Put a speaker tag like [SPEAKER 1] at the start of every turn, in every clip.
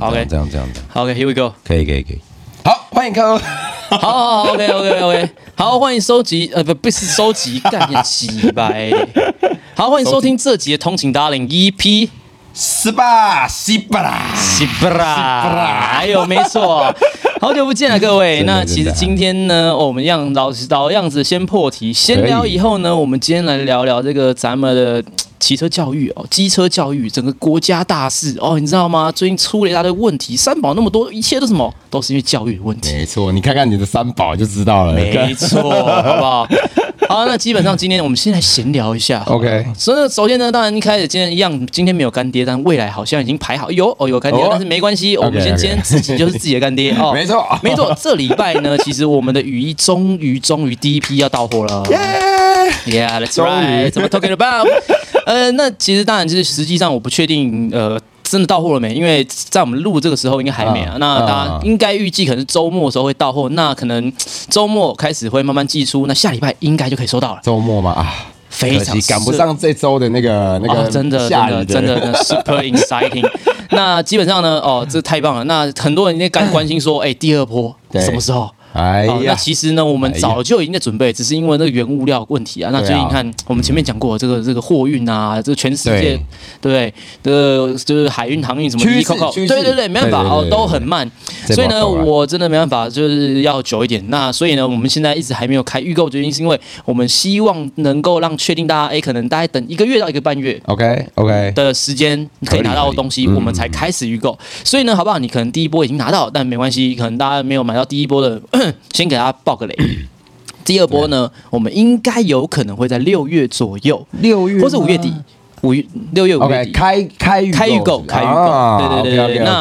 [SPEAKER 1] OK
[SPEAKER 2] 这样这样的，
[SPEAKER 1] OK，Here we go。
[SPEAKER 2] 可以可以可以。好，欢迎看哦。
[SPEAKER 1] 好好好，OK OK OK，好，欢迎收集，呃，不不是收集，干你几百。好，欢迎收听这集的《通勤达 E 人》EP
[SPEAKER 2] 十八西巴啦，
[SPEAKER 1] 西布拉，哎呦，没错，好久不见了各位。
[SPEAKER 2] 真的
[SPEAKER 1] 那其实
[SPEAKER 2] 真的
[SPEAKER 1] 今天呢，哦我们样老老样子，先破题，先
[SPEAKER 2] 可以
[SPEAKER 1] 聊以后呢，我们今天来聊聊这个咱们的嘖骑车教育哦，机车教育，整个国家大事哦，你知道吗？最近出了一大堆问题，三宝那么多，一切都是什么？都是因为教育的问题。
[SPEAKER 2] 没错，你看看你的三宝就知道了。
[SPEAKER 1] 没错，好不好？好，那基本上今天我们先来闲聊一下。
[SPEAKER 2] OK
[SPEAKER 1] 所以首先呢，当然一开始今天一样，今天没有干爹，但未来好像已经排好有哦有干爹，
[SPEAKER 2] 哦
[SPEAKER 1] 但是没关系，
[SPEAKER 2] OK，
[SPEAKER 1] 我们先
[SPEAKER 2] OK
[SPEAKER 1] 今天自己就是自己的干爹哦。
[SPEAKER 2] 没错
[SPEAKER 1] 没错。这礼拜呢，其实我们的雨衣终于终于第一批要到货了。Yeah, that's
[SPEAKER 2] 终于
[SPEAKER 1] right. 怎么 talking about？呃， 那其实当然就是实际上我不确定，呃，真的到货了没？因为在我们录这个时候应该还没啊。
[SPEAKER 2] 啊
[SPEAKER 1] 那大家
[SPEAKER 2] 啊
[SPEAKER 1] 应该预计可能是周末的时候会到货，那可能周末开始会慢慢寄出，那下礼拜应该就可以收到了。
[SPEAKER 2] 周末嘛啊，
[SPEAKER 1] 非常
[SPEAKER 2] 可惜赶不
[SPEAKER 1] 适
[SPEAKER 2] 上这周的那个那
[SPEAKER 1] 哦
[SPEAKER 2] 个，
[SPEAKER 1] 真的，
[SPEAKER 2] 下
[SPEAKER 1] 真
[SPEAKER 2] 雨
[SPEAKER 1] 的，真的 真的 super exciting。那基本上呢，哦，这太棒了。那很多人应该关关心说，哎，第二波
[SPEAKER 2] 对
[SPEAKER 1] 什么时候？
[SPEAKER 2] 哎
[SPEAKER 1] 哦，那
[SPEAKER 2] 呀，
[SPEAKER 1] 其实呢，我们早就已经在准备，只是因为那个原物料问题啊。那最近你看，我们前面讲过
[SPEAKER 2] 嗯
[SPEAKER 1] 这个这个货运啊，这个全世界对不对？这个就是海运、航运什么
[SPEAKER 2] 趋势
[SPEAKER 1] 一扣扣，
[SPEAKER 2] 趋
[SPEAKER 1] 对
[SPEAKER 2] 势
[SPEAKER 1] 对对，没办法
[SPEAKER 2] 对对对
[SPEAKER 1] 哦，
[SPEAKER 2] 对
[SPEAKER 1] 都很慢。
[SPEAKER 2] 这啊
[SPEAKER 1] 所以
[SPEAKER 2] 不
[SPEAKER 1] 呢，
[SPEAKER 2] 好说啦
[SPEAKER 1] 我真的没办法，就是要久一点。那所以呢，我们现在一直还没有开预购决定，是因为我们希望能够让确定大家，哎，可能大概等一个月到一个半月，
[SPEAKER 2] OK OK，
[SPEAKER 1] 的时间可以拿到的东西，我们才开始预购。所以呢，好不好？你可能第一波已经拿到，但没关系，可能大家没有买到第一波的， 先给大家爆个雷。
[SPEAKER 2] 嗯
[SPEAKER 1] 第二波呢，我们应该有可能会在六月左右，
[SPEAKER 2] 六月
[SPEAKER 1] 或者五月底，五月六月五月
[SPEAKER 2] OK
[SPEAKER 1] 底
[SPEAKER 2] 开开预
[SPEAKER 1] 开预购，开预
[SPEAKER 2] 啊
[SPEAKER 1] 购。对对对对对，那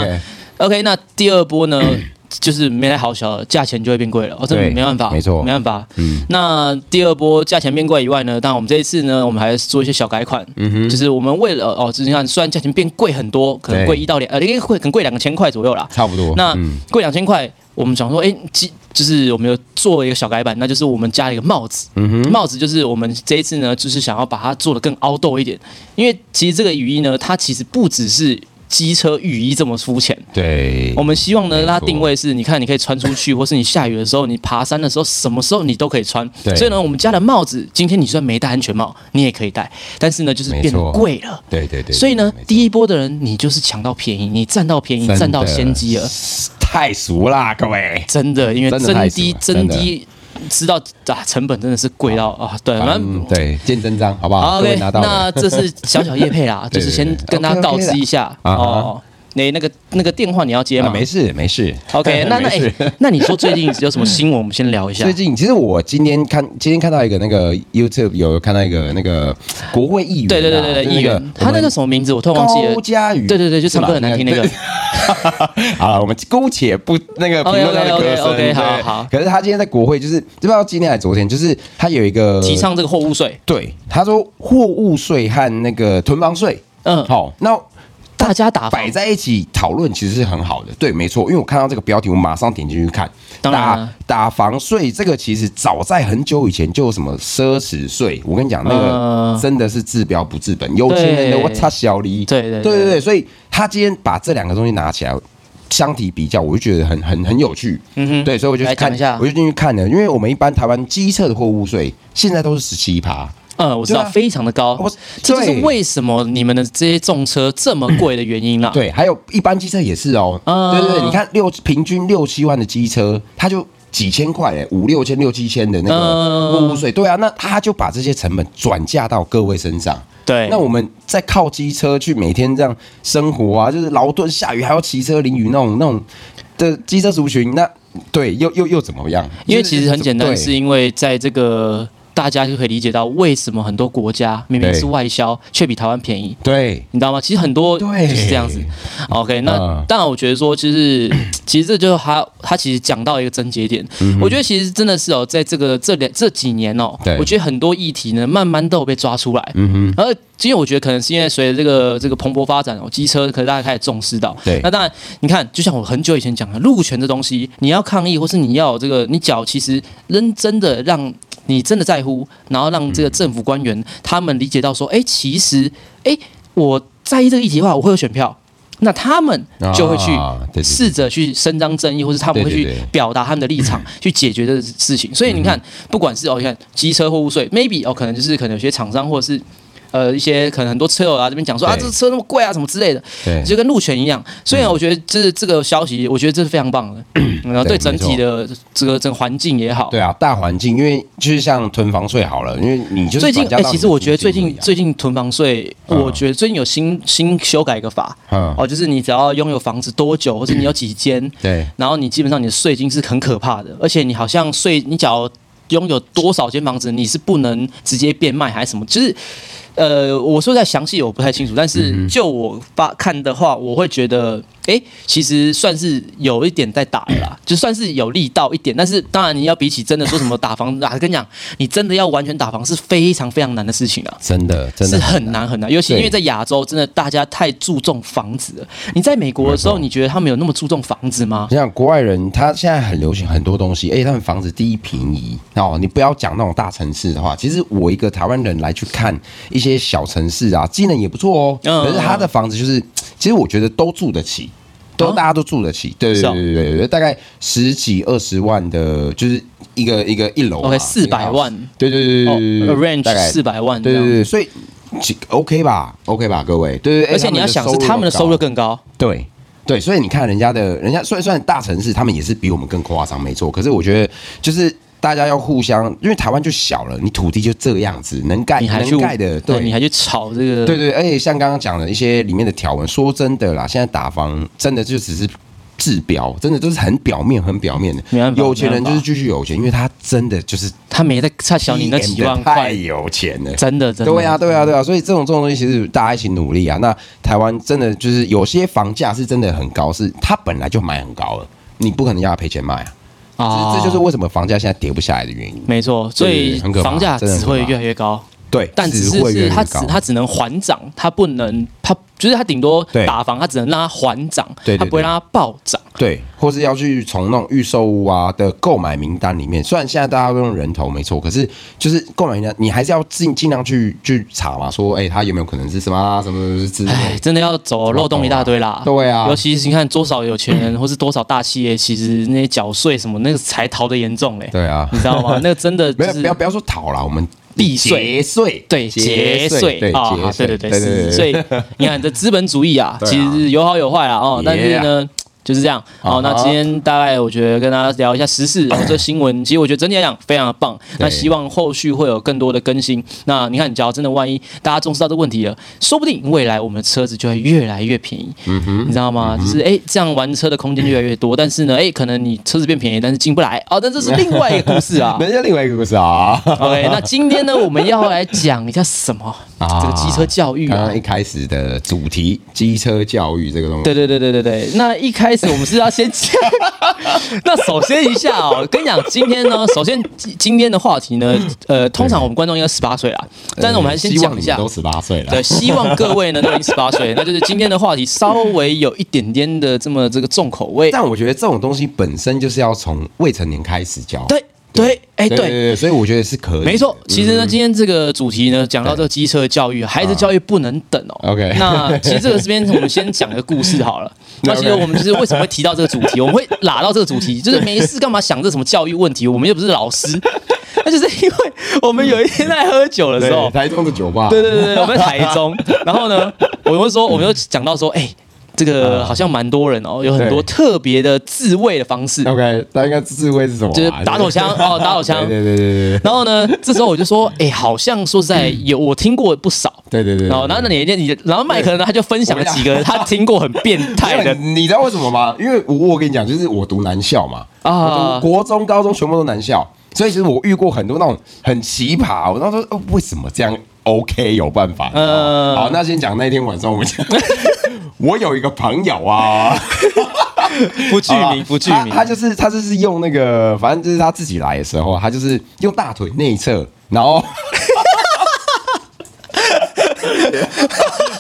[SPEAKER 2] 那
[SPEAKER 1] OK，那第二波 呢，就是没来好小，价钱就会变贵了。哦，这
[SPEAKER 2] 对
[SPEAKER 1] 没办法，
[SPEAKER 2] 没错
[SPEAKER 1] 没办法。
[SPEAKER 2] 嗯
[SPEAKER 1] 那第二波价钱变贵以外呢，当然我们这一次呢，我们还做一些小改款，
[SPEAKER 2] 嗯
[SPEAKER 1] 就是我们为了哦，就是你看，虽然价钱变贵很多，可能
[SPEAKER 2] 对
[SPEAKER 1] 贵一到两，呃，应该会可能贵两千块左右啦。
[SPEAKER 2] 差不多。
[SPEAKER 1] 那
[SPEAKER 2] 嗯
[SPEAKER 1] 贵两千块，我们想说，哎、即就是我们有做了一个小改版，那就是我们加了一个帽子。
[SPEAKER 2] 嗯
[SPEAKER 1] 帽子就是我们这一次呢，就是想要把它做的更凹豆一点，因为其实这个雨衣呢，它其实不只是机车雨衣这么肤浅。
[SPEAKER 2] 对，
[SPEAKER 1] 我们希望呢，
[SPEAKER 2] 没错
[SPEAKER 1] 它定位是，你看你可以穿出 去，或是你下雨的时候，你爬山的时候，什么时候你都可以穿。
[SPEAKER 2] 对
[SPEAKER 1] 所以呢，我们家的帽子，今天你虽然没戴安全帽，你也可以戴，但是呢，就是
[SPEAKER 2] 没
[SPEAKER 1] 变得
[SPEAKER 2] 错
[SPEAKER 1] 贵了。
[SPEAKER 2] 对对对对，
[SPEAKER 1] 所以呢
[SPEAKER 2] 没，错
[SPEAKER 1] 第一波的人，你就是抢到便宜，你占到便宜，
[SPEAKER 2] 真的
[SPEAKER 1] 占到先机了。
[SPEAKER 2] 太熟啦，各位。
[SPEAKER 1] 真的，因为
[SPEAKER 2] 真的
[SPEAKER 1] 真
[SPEAKER 2] 太熟
[SPEAKER 1] 低
[SPEAKER 2] 了
[SPEAKER 1] 真
[SPEAKER 2] 真的
[SPEAKER 1] 低，知道啊，成本真的是贵到啊，对，反正
[SPEAKER 2] 嗯，对，见真章，好不好？
[SPEAKER 1] 好
[SPEAKER 2] 各位
[SPEAKER 1] ，OK，
[SPEAKER 2] 拿到了
[SPEAKER 1] 那这是小小叶配 啦，就
[SPEAKER 2] 对
[SPEAKER 1] 是
[SPEAKER 2] 对
[SPEAKER 1] 先
[SPEAKER 2] 对
[SPEAKER 1] 跟大家
[SPEAKER 2] OK，OK
[SPEAKER 1] 告知一下
[SPEAKER 2] 啦啊哈
[SPEAKER 1] 哦。那那个那个电话你要接
[SPEAKER 2] 啊
[SPEAKER 1] 吗？
[SPEAKER 2] 没事没事。
[SPEAKER 1] OK，那那
[SPEAKER 2] 没事
[SPEAKER 1] 哎，那你说最近有什么新闻？我们先聊一下
[SPEAKER 2] 最。近其实我今天看，今天看到一个那个 YouTube 有看到一个那个国会议员啊，
[SPEAKER 1] 对对对对
[SPEAKER 2] 就
[SPEAKER 1] 对，
[SPEAKER 2] 是
[SPEAKER 1] 议员，他那个什么名字我突然忘记
[SPEAKER 2] 高
[SPEAKER 1] 了。
[SPEAKER 2] 佳宇，
[SPEAKER 1] 对对对，就唱歌很难听那个
[SPEAKER 2] 是。吧。对 好了，我们姑且不那个评论他的歌声
[SPEAKER 1] OK，OK，OK，OK，
[SPEAKER 2] 对
[SPEAKER 1] 好好
[SPEAKER 2] 可是他今天在国会，就是不知道今天还是昨天，就是他有一个
[SPEAKER 1] 提倡这个货物税，
[SPEAKER 2] 对，他说货物税和那个囤房税，
[SPEAKER 1] 嗯
[SPEAKER 2] 好，那
[SPEAKER 1] 大家打房
[SPEAKER 2] 摆在一起讨论其实是很好的，对，没错，因为我看到这个标题，我马上点进去看。
[SPEAKER 1] 当然啊
[SPEAKER 2] 打打房税这个其实早在很久以前就有什么奢侈税，我跟你讲，那
[SPEAKER 1] 嗯
[SPEAKER 2] 个真的是治标不治本，有钱人的
[SPEAKER 1] 对
[SPEAKER 2] 我擦小黎，
[SPEAKER 1] 对对对
[SPEAKER 2] 对对对，所以他今天把这两个东西拿起来。相提比较，我就觉得很很很有趣，嗯哼，对，所以我就去
[SPEAKER 1] 来讲
[SPEAKER 2] 看
[SPEAKER 1] 一下
[SPEAKER 2] 我就进去看了，因为我们一般台湾机车的货物税现在都是十七趴，
[SPEAKER 1] 嗯，我知道
[SPEAKER 2] 对啊
[SPEAKER 1] 非常的高
[SPEAKER 2] 我，
[SPEAKER 1] 这哦就是
[SPEAKER 2] 对
[SPEAKER 1] 为什么你们的这些重车这么贵的原因啦。
[SPEAKER 2] 对，还有一般机车也是哦，
[SPEAKER 1] 啊
[SPEAKER 2] 对对对，你看六平均六七万的机车，它就几千块哎，五六千六七千的
[SPEAKER 1] 嗯
[SPEAKER 2] 那个货物税，对啊，那他就把这些成本转嫁到各位身上。
[SPEAKER 1] 对
[SPEAKER 2] 那我们再靠机车去每天这样生活啊，就是劳顿下雨还要骑车淋雨那种那种的机车族群，那对又又又怎么样？
[SPEAKER 1] 因为其实很简单，
[SPEAKER 2] 对
[SPEAKER 1] 是因为在这个大家就可以理解到为什么很多国家明明
[SPEAKER 2] 对
[SPEAKER 1] 是外销，却比台湾便宜。
[SPEAKER 2] 对，
[SPEAKER 1] 你知道吗？其实很多
[SPEAKER 2] 对
[SPEAKER 1] 就是这样子。OK，那、
[SPEAKER 2] 嗯
[SPEAKER 1] 当然，我觉得说，其 实其实这就是他他其实讲到一个症结点。我觉得其实真的是哦，在这个这两这几年哦
[SPEAKER 2] 嗯对，
[SPEAKER 1] 我觉得很多议题呢，慢慢都有被抓出来。
[SPEAKER 2] 嗯
[SPEAKER 1] 然后，因为我觉得可能是因为随着这个这个蓬勃发展哦，机车可能大家开始重视到。
[SPEAKER 2] 对
[SPEAKER 1] 那当然，你看，就像我很久以前讲的，路权这东西，你要抗议，或是你要有这个，你脚其实认真的让你真的在乎，然后让这个政府官员、
[SPEAKER 2] 嗯
[SPEAKER 1] 他们理解到说，哎，其实，哎，我在意这个议题的话，我会有选票。那他们
[SPEAKER 2] 哼，
[SPEAKER 1] 就会去
[SPEAKER 2] 啊对对对
[SPEAKER 1] 试着去伸张正义，或是他们会
[SPEAKER 2] 对
[SPEAKER 1] 去
[SPEAKER 2] 对嗯对
[SPEAKER 1] 表达他们的立 场，去解决这个事情。所以你看，不管是哦，你看机车货物税，maybe 哦，可能就是可能有些厂商或者是呃一些可能很多车友啊这边讲说啊，
[SPEAKER 2] 对
[SPEAKER 1] 这车那么贵啊，什么之类的，
[SPEAKER 2] 对嗯
[SPEAKER 1] 就跟路权一样。所以啊我觉得这是这个消息，我觉得这是非常棒 的，然后对
[SPEAKER 2] 对
[SPEAKER 1] 整体的这个整个环境也好。
[SPEAKER 2] 对啊，大环境，因为就是像囤房税好了，因为你就是
[SPEAKER 1] 最近
[SPEAKER 2] 转
[SPEAKER 1] 哎、
[SPEAKER 2] 嫁到
[SPEAKER 1] 其
[SPEAKER 2] 你
[SPEAKER 1] 实
[SPEAKER 2] 的
[SPEAKER 1] 我觉得最
[SPEAKER 2] 租金而
[SPEAKER 1] 近
[SPEAKER 2] 已啊
[SPEAKER 1] 最近囤房税，
[SPEAKER 2] 嗯
[SPEAKER 1] 我觉得最近有新新修改一个法，
[SPEAKER 2] 嗯
[SPEAKER 1] 哦，就是你只要拥有房子多久，或者你有几 间，
[SPEAKER 2] 对
[SPEAKER 1] 然后你基本上你的税金是很可怕的，而且你好像税，你只要拥有多少间房子，你是不能直接变卖还是什么，就是。呃，我说在详细我不太清楚，但
[SPEAKER 2] 嗯
[SPEAKER 1] 是就我发看的话，我会觉得，哎，其实算是有一点在打了 啦，就算是有力道一点。但是当然，你要比起真的说什么打房啊，跟你讲，你真的要完全打房是非常非常难的事情啊。
[SPEAKER 2] 真的真
[SPEAKER 1] 是
[SPEAKER 2] 的
[SPEAKER 1] 很难很难，尤其
[SPEAKER 2] 对
[SPEAKER 1] 因为在亚洲，真的大家太注重房子了。你在美国的时候，你觉得他们有那么注重房子吗？
[SPEAKER 2] 你想国外人，他现在很流行很多东西，哎而且他们房子第一便宜哦。你不要讲那种大城市的话，其实我一个台湾人来去看一些小城市啊，机能也不错哦。
[SPEAKER 1] 嗯
[SPEAKER 2] 可是他的房子就是，其实我觉得都住得起，都
[SPEAKER 1] 啊
[SPEAKER 2] 大家都住得起。对对
[SPEAKER 1] 是哦
[SPEAKER 2] 对对对对，大概十几二十万的，就是一个一个一楼啊
[SPEAKER 1] OK，400万
[SPEAKER 2] 一个 house 对对对对对对
[SPEAKER 1] 哦
[SPEAKER 2] 对，
[SPEAKER 1] ，range
[SPEAKER 2] 大概
[SPEAKER 1] 400万
[SPEAKER 2] 对对
[SPEAKER 1] 这
[SPEAKER 2] 对，所以其 OK 吧，OK 吧，各位，对对对，哎
[SPEAKER 1] 而且你要想是他们的收入
[SPEAKER 2] 高
[SPEAKER 1] 更高，
[SPEAKER 2] 对对，所以你看人家的，人家虽然虽然大城市，他们也是比我们更夸张，没错。可是我觉得就是。大家要互相，因为台湾就小了，你土地就这样子，能盖
[SPEAKER 1] 你还去
[SPEAKER 2] 哎能盖的，对，
[SPEAKER 1] 哦你还去炒这个，
[SPEAKER 2] 对对，而且像刚刚讲的一些里面的条文，说真的啦，现在打房真的就只是治标，真的就是很表面、很表面的
[SPEAKER 1] 没办。法
[SPEAKER 2] 有钱人
[SPEAKER 1] 没办
[SPEAKER 2] 就
[SPEAKER 1] 法
[SPEAKER 2] 是继续有钱，因为他真的就是
[SPEAKER 1] 他没在差小你那
[SPEAKER 2] PM
[SPEAKER 1] 几万
[SPEAKER 2] 的太
[SPEAKER 1] 块，
[SPEAKER 2] 有钱了，
[SPEAKER 1] 真的嗯真的。
[SPEAKER 2] 对啊呀、对呀、对呀、所以这种这种东西，其实大家一起努力啊。那台湾真的就是有些房价是真的很高，是它本来就买很高了，你不可能要它赔钱卖啊。
[SPEAKER 1] 啊
[SPEAKER 2] 这这就是为什么房价现在跌不下来的原因。
[SPEAKER 1] 没错，所以
[SPEAKER 2] 对很可怕
[SPEAKER 1] 房价
[SPEAKER 2] 真的很
[SPEAKER 1] 只
[SPEAKER 2] 可怕
[SPEAKER 1] 会越来越高，
[SPEAKER 2] 对，
[SPEAKER 1] 但只是
[SPEAKER 2] 会越
[SPEAKER 1] 是
[SPEAKER 2] 来
[SPEAKER 1] 它
[SPEAKER 2] 越
[SPEAKER 1] 只
[SPEAKER 2] 高。
[SPEAKER 1] 它只能缓涨，它不能它就是它顶多
[SPEAKER 2] 对
[SPEAKER 1] 打房，它只能让它缓涨，
[SPEAKER 2] 对对对
[SPEAKER 1] 它不会让它暴涨。
[SPEAKER 2] 对，或是要去从那种预售屋啊的购买名单里面，虽然现在大家都用人头没错，可是就是购买名单，你还是要尽尽量去去查嘛，说哎、它有没有可能是什么、啊、什么之类的。
[SPEAKER 1] 哎，真的要走漏洞一大堆啦。
[SPEAKER 2] 对啊
[SPEAKER 1] 尤其是你看多少有钱人，或是多少大企业，其实那些缴税什么，那个才逃得严重嘞，
[SPEAKER 2] 对啊
[SPEAKER 1] 你，知道吗？那个真的就
[SPEAKER 2] 没有
[SPEAKER 1] 是
[SPEAKER 2] 不要不要说讨啦，我们
[SPEAKER 1] 避税
[SPEAKER 2] 节税，
[SPEAKER 1] 对节税
[SPEAKER 2] 对
[SPEAKER 1] 啊，
[SPEAKER 2] 节
[SPEAKER 1] 好
[SPEAKER 2] 税，
[SPEAKER 1] 对对
[SPEAKER 2] 对
[SPEAKER 1] 是，所以你看这资本主义啊，
[SPEAKER 2] 对啊
[SPEAKER 1] 其实有好有坏啦哦，
[SPEAKER 2] Yeah
[SPEAKER 1] 但是呢。就是这样，好，
[SPEAKER 2] 啊哈。
[SPEAKER 1] 那今天大概我觉得跟大家聊一下时事，然后这新闻，其实我觉得整体来讲非常的棒，那希望后续会有更多的更新。那你看，只要真的万一大家重视到这个问题了，说不定未来我们的车子就会越来越便宜，你知道吗？就是哎，这样玩车的空间就越来越多，但是呢，哎，可能你车子变便宜，但是进不来，哦，但这是另外一个故事啊
[SPEAKER 2] 那是另外一个故 事啊。
[SPEAKER 1] OK，那今天呢，我们要来讲一下什么？
[SPEAKER 2] 啊
[SPEAKER 1] 这个机车教育
[SPEAKER 2] 刚
[SPEAKER 1] 啊
[SPEAKER 2] 刚一。开始的主题，机车教育这个东西，
[SPEAKER 1] 对对对对对对，那一开始我们是要先讲， 那首先一下哦，跟你讲，今天呢，首先今今天的话题呢，呃，通常我们观众应该十八岁啦，但是我们还是先
[SPEAKER 2] 呃嗯希
[SPEAKER 1] 讲
[SPEAKER 2] 望你
[SPEAKER 1] 一
[SPEAKER 2] 们
[SPEAKER 1] 下
[SPEAKER 2] 都，十八岁了。
[SPEAKER 1] 对，希望各位呢都已经十八岁，那 就是今天的话题稍微有一点点的这么这个重口味，
[SPEAKER 2] 但我觉得这种东西本身就是要从未成年开始教。
[SPEAKER 1] 对对，哎
[SPEAKER 2] 对对
[SPEAKER 1] 对。
[SPEAKER 2] 对，所以我觉得是可以的。
[SPEAKER 1] 没错，其实呢，今天这个主题呢，讲到这个机车教育，孩子教育不能等哦。
[SPEAKER 2] 啊 OK
[SPEAKER 1] 那其实这个这边我们先讲个故事好 了。那其实
[SPEAKER 2] OK
[SPEAKER 1] 我们就是为什么会提到这个主题，我们会拉到这个主题，就是没事干嘛想这什么教育问题，我们又不是老师，那就是因为我们有一天在喝酒的
[SPEAKER 2] 对
[SPEAKER 1] 时候，
[SPEAKER 2] 台中的酒吧，
[SPEAKER 1] 对对对对，我们在台中，然后呢，我们说，我们就讲到说，哎、这个好像蛮多人哦，有很多
[SPEAKER 2] 啊对
[SPEAKER 1] 特别的自卫的方式，
[SPEAKER 2] OK，大家智慧是什么啊？
[SPEAKER 1] 就是打手枪哦，打手枪，
[SPEAKER 2] 对对对对对
[SPEAKER 1] 然后呢，这时候我就说， 哎、好像说实在有我听过不少。
[SPEAKER 2] 对对对。
[SPEAKER 1] 然后，然后你你你，然后麦克呢，他就分享了几个他听过很变 态
[SPEAKER 2] 没有
[SPEAKER 1] 的
[SPEAKER 2] 你你知道为什么吗？因为我我跟你讲，就是我读男校嘛，
[SPEAKER 1] 啊
[SPEAKER 2] 我读国中、高中全部都男校。所以其实我遇过很多那种很奇葩，我当时说、哦、为什么这样 OK 有办法？
[SPEAKER 1] 嗯
[SPEAKER 2] 好，那先讲那天晚上 我们讲，我有一个朋友啊。
[SPEAKER 1] 不具
[SPEAKER 2] 好啦
[SPEAKER 1] 名，不具
[SPEAKER 2] 他
[SPEAKER 1] 名。
[SPEAKER 2] 他就是他就是用那个，反正就是他自己来的时候，他就是用大腿内侧，然后。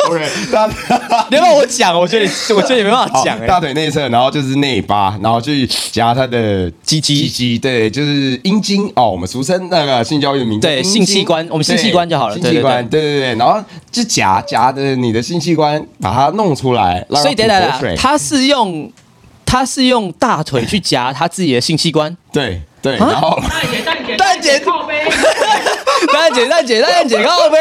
[SPEAKER 2] OK，大
[SPEAKER 1] 你要不要我讲？我觉得你，我觉得你没办法讲哎、
[SPEAKER 2] 大腿内侧，然后就是内八，然后去夹他的
[SPEAKER 1] 鸡鸡
[SPEAKER 2] 鸡鸡，对，就是阴茎哦，我们俗称那个性教育的名字，
[SPEAKER 1] 对
[SPEAKER 2] 阴茎
[SPEAKER 1] 性器官我们性器官就好了
[SPEAKER 2] 对性器官，对对对，然后就夹夹的你的性器官，把它弄出来，让它
[SPEAKER 1] 所以
[SPEAKER 2] 吐
[SPEAKER 1] 等等
[SPEAKER 2] 口
[SPEAKER 1] 等
[SPEAKER 2] 水
[SPEAKER 1] 等，，他是用他是用大腿去夹他自己的性器 官。
[SPEAKER 2] 对对，
[SPEAKER 1] 啊
[SPEAKER 2] 然后
[SPEAKER 3] 蛋姐，蛋姐，
[SPEAKER 1] 蛋姐
[SPEAKER 3] 靠背。
[SPEAKER 1] 蛋姐，蛋姐，蛋姐，靠呗，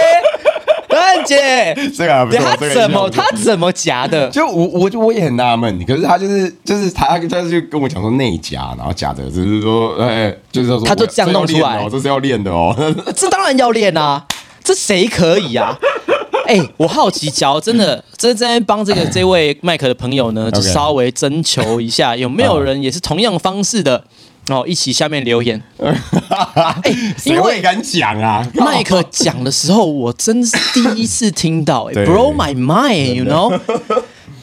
[SPEAKER 1] 蛋姐，
[SPEAKER 2] 这个还不错，
[SPEAKER 1] 他
[SPEAKER 2] 这
[SPEAKER 1] 怎
[SPEAKER 2] 个印象
[SPEAKER 1] 么
[SPEAKER 2] 不错
[SPEAKER 1] 他怎么夹的？
[SPEAKER 2] 就我我就我也很纳闷，可是他就是就是他他就跟我讲说内夹，然后夹的只是说哎、就是说
[SPEAKER 1] 他就这样弄出来
[SPEAKER 2] 哦，这是要练的哦。
[SPEAKER 1] 这当然要练啊，这谁可以 啊？哎、我好奇，假如真的，真的在帮 这个这位麦克的朋友呢，就
[SPEAKER 2] 嗯 OK
[SPEAKER 1] 稍微征求一 下，有没有人也是同样方式的？哦，一起下面留言。
[SPEAKER 2] 哎谁会敢讲啊？
[SPEAKER 1] 麦克讲的时候，我真是第一次听到、哎
[SPEAKER 2] 对
[SPEAKER 1] ，blow my mind，you know？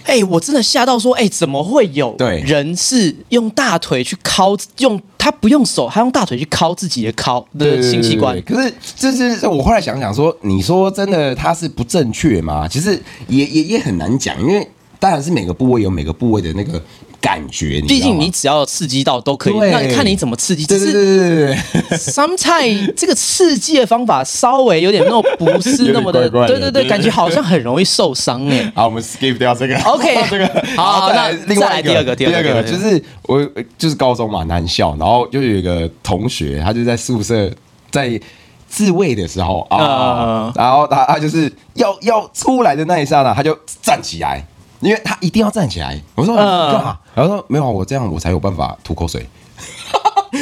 [SPEAKER 1] 哎、我真的吓到说，哎、怎么会有
[SPEAKER 2] 对
[SPEAKER 1] 人是用大腿去敲，用他不用手，他用大腿去敲自己的敲的性器官
[SPEAKER 2] 对？对对对可是这是我后来想想说，你说真的它是不正确吗？其实也也也很难讲，因为当然是每个部位有每个部位的那个感觉，你知道吗
[SPEAKER 1] 毕竟你只要刺激到都可以，
[SPEAKER 2] 对
[SPEAKER 1] 那看你怎么刺激。
[SPEAKER 2] 对
[SPEAKER 1] 只
[SPEAKER 2] 对
[SPEAKER 1] 是
[SPEAKER 2] 对对对对。
[SPEAKER 1] sometime 这个刺激的方法稍微有点那种不是那么
[SPEAKER 2] 有
[SPEAKER 1] 的，
[SPEAKER 2] 点怪怪的
[SPEAKER 1] 对对
[SPEAKER 2] 对
[SPEAKER 1] 对，感觉好像很容易受伤 哎。
[SPEAKER 2] 好，我们 skip 掉这个。
[SPEAKER 1] OK
[SPEAKER 2] 这个
[SPEAKER 1] 好
[SPEAKER 2] 然后再来
[SPEAKER 1] 好那
[SPEAKER 2] 另外
[SPEAKER 1] 再
[SPEAKER 2] 一
[SPEAKER 1] 来第二个
[SPEAKER 2] 第
[SPEAKER 1] 第二个
[SPEAKER 2] 个
[SPEAKER 1] 第
[SPEAKER 2] 就
[SPEAKER 1] 二个
[SPEAKER 2] 是我就是高中嘛，男校，然后就有一个同学，他就在宿舍在自慰的时候啊
[SPEAKER 1] 啊，
[SPEAKER 2] 然后他他就是要要出来的那一刹那，他就站起来。因为他一定要站起来，我说你
[SPEAKER 1] 嗯
[SPEAKER 2] 干嘛？然后说没有啊，我这样我才有办法吐口水。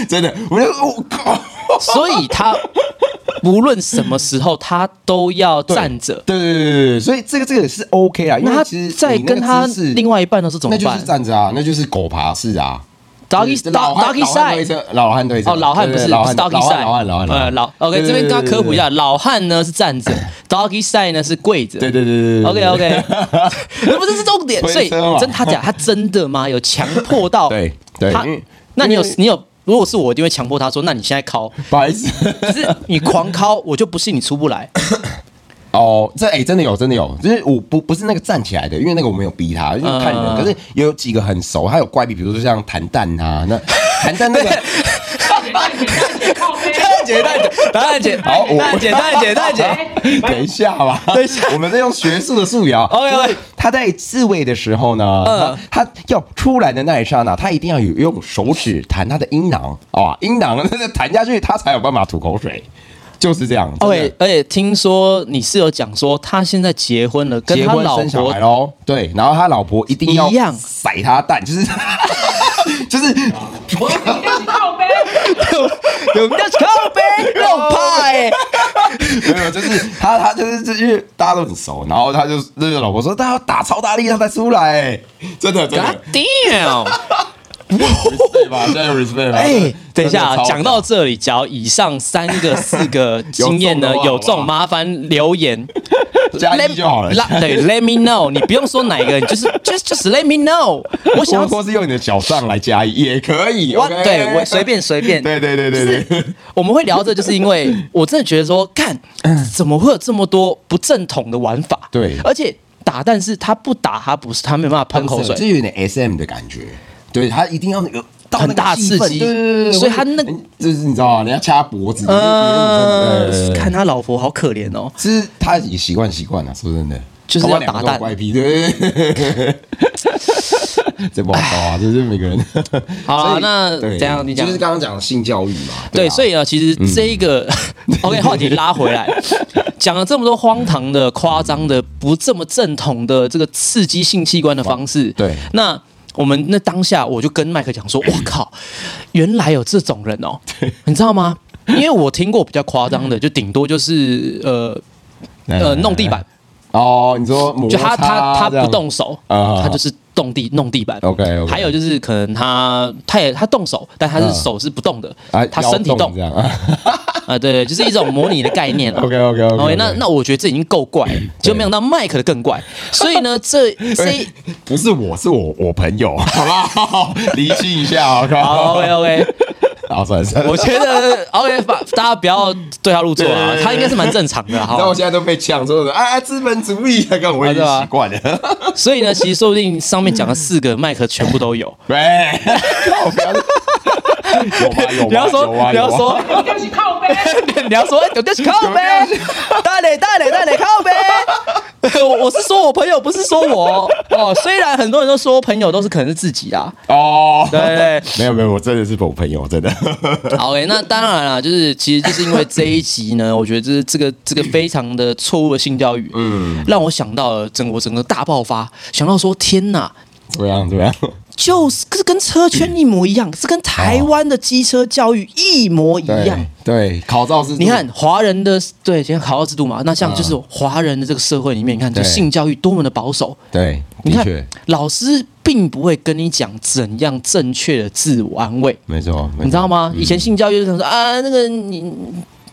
[SPEAKER 2] 真的，我就我靠，
[SPEAKER 1] 所以他无论什么时候，他都要站着。
[SPEAKER 2] 对对对对对，所以这个这个是 OK 啊，因
[SPEAKER 1] 那
[SPEAKER 2] 为
[SPEAKER 1] 他
[SPEAKER 2] 其实
[SPEAKER 1] 在
[SPEAKER 2] 你那个
[SPEAKER 1] 跟他
[SPEAKER 2] 姿势
[SPEAKER 1] 另外一半的时候怎么
[SPEAKER 2] 那就是
[SPEAKER 1] 办
[SPEAKER 2] 站着啊，那就是狗爬式啊。
[SPEAKER 1] ？Doggy
[SPEAKER 2] 就是老
[SPEAKER 1] doggy
[SPEAKER 2] 汉对
[SPEAKER 1] side。
[SPEAKER 2] 称，老汉对称
[SPEAKER 1] 哦，老汉不
[SPEAKER 2] 对
[SPEAKER 1] 是
[SPEAKER 2] 对老
[SPEAKER 1] 不
[SPEAKER 2] 汉
[SPEAKER 1] 是 doggy
[SPEAKER 2] 老
[SPEAKER 1] side，
[SPEAKER 2] 汉老汉老汉
[SPEAKER 1] 呃老 OK 这边跟大家科普一下，，老汉呢是站着，doggy side 呢是跪着，
[SPEAKER 2] 对对对对对对
[SPEAKER 1] OK
[SPEAKER 2] 对对对对对对对对对对对对对
[SPEAKER 1] OK，不是是重点，
[SPEAKER 2] 推
[SPEAKER 1] 所以
[SPEAKER 2] 车嘛
[SPEAKER 1] 真他讲他真的吗？有强迫到
[SPEAKER 2] 对对
[SPEAKER 1] 他
[SPEAKER 2] 因为？
[SPEAKER 1] 那你有
[SPEAKER 2] 因为
[SPEAKER 1] 你有？如果是我，我一定会强迫他说：“那你现在敲，
[SPEAKER 2] 不好意思
[SPEAKER 1] 可是你狂敲，我就不信你出不来。
[SPEAKER 2] 哦，这哎真的有真的有，就是我不不是那个站起来的，因为那个我没有逼他，就是看人，
[SPEAKER 1] 嗯
[SPEAKER 2] 可是也有几个很熟，还有怪癖，比如说像弹蛋啊，那弹蛋 那个
[SPEAKER 3] 蛋姐，蛋姐，蛋姐，靠背。
[SPEAKER 1] 蛋姐，蛋姐，蛋姐，
[SPEAKER 2] 好我
[SPEAKER 1] 蛋姐， 蛋姐，蛋姐，
[SPEAKER 2] 等一下吧，
[SPEAKER 1] 等一下
[SPEAKER 2] 我们在用学术的素养。
[SPEAKER 1] OK，OK
[SPEAKER 2] 就是他在自慰的时候呢，
[SPEAKER 1] 嗯
[SPEAKER 2] 他他要出来的那一刹那，他一定要有用手指弹他的阴囊啊，阴囊 那弹下去，他才有办法吐口水，就是这样。真的
[SPEAKER 1] 对，而且听说你室友讲说，他现在结婚了，跟
[SPEAKER 2] 结
[SPEAKER 1] 他
[SPEAKER 2] 婚
[SPEAKER 1] 老
[SPEAKER 2] 生小
[SPEAKER 1] 婆
[SPEAKER 2] 孩喽，对，然后他老婆一定要
[SPEAKER 1] 一样
[SPEAKER 2] 甩他蛋，就是 就是
[SPEAKER 3] 靠背。
[SPEAKER 1] 有人家靠背肉派，
[SPEAKER 2] 没有，就是他他就是就是因为大家都很熟，然后他就那个老婆说他要打超大力他才出来，真的真的。
[SPEAKER 1] God damn！
[SPEAKER 2] respect 吧，现在有 respect 吧。
[SPEAKER 1] 哎，等一下
[SPEAKER 2] 真的超
[SPEAKER 1] 啊，讲到这里，假如以上三个、四个经验呢有
[SPEAKER 2] 有中的话好不好
[SPEAKER 1] 中，麻烦留言。
[SPEAKER 2] 加一
[SPEAKER 1] Let-
[SPEAKER 2] 就好了。
[SPEAKER 1] 啦对，Let me know，你不用说哪一个，你就是 just just let me know，我想
[SPEAKER 2] 或
[SPEAKER 1] 要
[SPEAKER 2] 或是用你的脚上来加一也可以。
[SPEAKER 1] 我
[SPEAKER 2] OK
[SPEAKER 1] 对我随便随便
[SPEAKER 2] 对对对对对，
[SPEAKER 1] 我们会聊这，就是因为我真的觉得说，看怎么会有这么多不正统的玩法？
[SPEAKER 2] 嗯对
[SPEAKER 1] 而且打蛋是他不打，他不是他没办法喷口
[SPEAKER 2] 这
[SPEAKER 1] 水，
[SPEAKER 2] 有点 SM 的感觉。对他一定要有到那个
[SPEAKER 1] 很大
[SPEAKER 2] 气氛
[SPEAKER 1] 刺激
[SPEAKER 2] 对对对对，
[SPEAKER 1] 所以他那
[SPEAKER 2] 我就是你知道吗？人家掐脖子，
[SPEAKER 1] 呃
[SPEAKER 2] 对对对，对
[SPEAKER 1] 看他老婆好可怜哦，
[SPEAKER 2] 其实他也习惯习惯了，说真的，
[SPEAKER 1] 就是
[SPEAKER 2] 搞不好
[SPEAKER 1] 要
[SPEAKER 2] 两
[SPEAKER 1] 打
[SPEAKER 2] 个都
[SPEAKER 1] 蛋
[SPEAKER 2] 有怪癖，对 对对对。这不好搞啊，这是每个人。
[SPEAKER 1] 好啊
[SPEAKER 2] 所以
[SPEAKER 1] 那
[SPEAKER 2] 对
[SPEAKER 1] 怎样你讲
[SPEAKER 2] 就是刚刚讲的性教育嘛。
[SPEAKER 1] 对，
[SPEAKER 2] 啊
[SPEAKER 1] 所以呢，其实这一个、OK 话题拉回来，讲了这么多荒唐的、夸张的、不这么正统的这个刺激性器官的方式，
[SPEAKER 2] 对
[SPEAKER 1] 那。我们那当下，我就跟麦克讲 说：“我靠，原来有这种人哦，你知道吗？因为我听过比较夸张的，就顶多就是呃
[SPEAKER 2] 来来
[SPEAKER 1] 呃
[SPEAKER 2] 来
[SPEAKER 1] 弄地板，
[SPEAKER 2] 哦，你说摩
[SPEAKER 1] 就他他
[SPEAKER 2] 擦
[SPEAKER 1] 他
[SPEAKER 2] 这样
[SPEAKER 1] 不动手，
[SPEAKER 2] 啊
[SPEAKER 1] 他就是动地弄地板。
[SPEAKER 2] OK，OK
[SPEAKER 1] 还有就是可能他他也他动手，但他是
[SPEAKER 2] 嗯
[SPEAKER 1] 手是不动的
[SPEAKER 2] 啊，，
[SPEAKER 1] 他
[SPEAKER 2] 摇
[SPEAKER 1] 身体动
[SPEAKER 2] 这样啊。
[SPEAKER 1] 啊，对对，就是一种模拟的概念 了。
[SPEAKER 2] OK，OK，OK，OK
[SPEAKER 1] 那那我觉得这已经够怪了，结果没想到麦克的更怪，所以呢， 这这。
[SPEAKER 2] 不是我，是我我朋友， 好不好？厘清一下，好不
[SPEAKER 1] 好
[SPEAKER 2] 好？
[SPEAKER 1] ，OK
[SPEAKER 2] 哦
[SPEAKER 1] OK，
[SPEAKER 2] 好，算了算了。
[SPEAKER 1] 我觉得 OK，把大家不要对号入座啊
[SPEAKER 2] 对对，对
[SPEAKER 1] 他应该是蛮正常的，好啊
[SPEAKER 2] 那
[SPEAKER 1] 吧
[SPEAKER 2] 我。现在都被呛说是啊，资本主义，那个我已经习惯了。
[SPEAKER 1] 所以呢，其实说不定上面讲的四个麦克全部都有。
[SPEAKER 2] 喂，靠不要有吗？有吗？
[SPEAKER 1] 不要说，
[SPEAKER 2] 有啊
[SPEAKER 1] 不要，说，
[SPEAKER 3] 我就是靠背，
[SPEAKER 1] 你要说，我就是靠呗，大磊大磊大磊靠 呗。我我是说我朋友，不是说我哦。虽然很多人都说朋友都是可能是自己啊，
[SPEAKER 2] 有啊哦，
[SPEAKER 1] 对对 对。
[SPEAKER 2] 没有没有，我真的是我朋友，真的。
[SPEAKER 1] 好诶、那当然啦，就是其实就是因为这一集呢， 我觉得这是这个这个非常的错误的性教育，嗯，让我想到了整个我整个大爆发，想到说天哪，
[SPEAKER 2] 怎么样？怎么样？
[SPEAKER 1] 就是这跟车圈一模一样，这跟台湾的机车教育一模一
[SPEAKER 2] 哦
[SPEAKER 1] 样。
[SPEAKER 2] 对，考照是
[SPEAKER 1] 你看华人的对，今天考到制度嘛，那像就是华人的这个社会里面，你看这
[SPEAKER 2] 对
[SPEAKER 1] 性教育多么的保守，
[SPEAKER 2] 对，
[SPEAKER 1] 你
[SPEAKER 2] 的
[SPEAKER 1] 看
[SPEAKER 2] 确
[SPEAKER 1] 老师并不会跟你讲怎样正确的自我安慰。
[SPEAKER 2] 没错，
[SPEAKER 1] 你
[SPEAKER 2] 嗯
[SPEAKER 1] 知道
[SPEAKER 2] 吗？
[SPEAKER 1] 吗？以前性教育就是说啊，那个你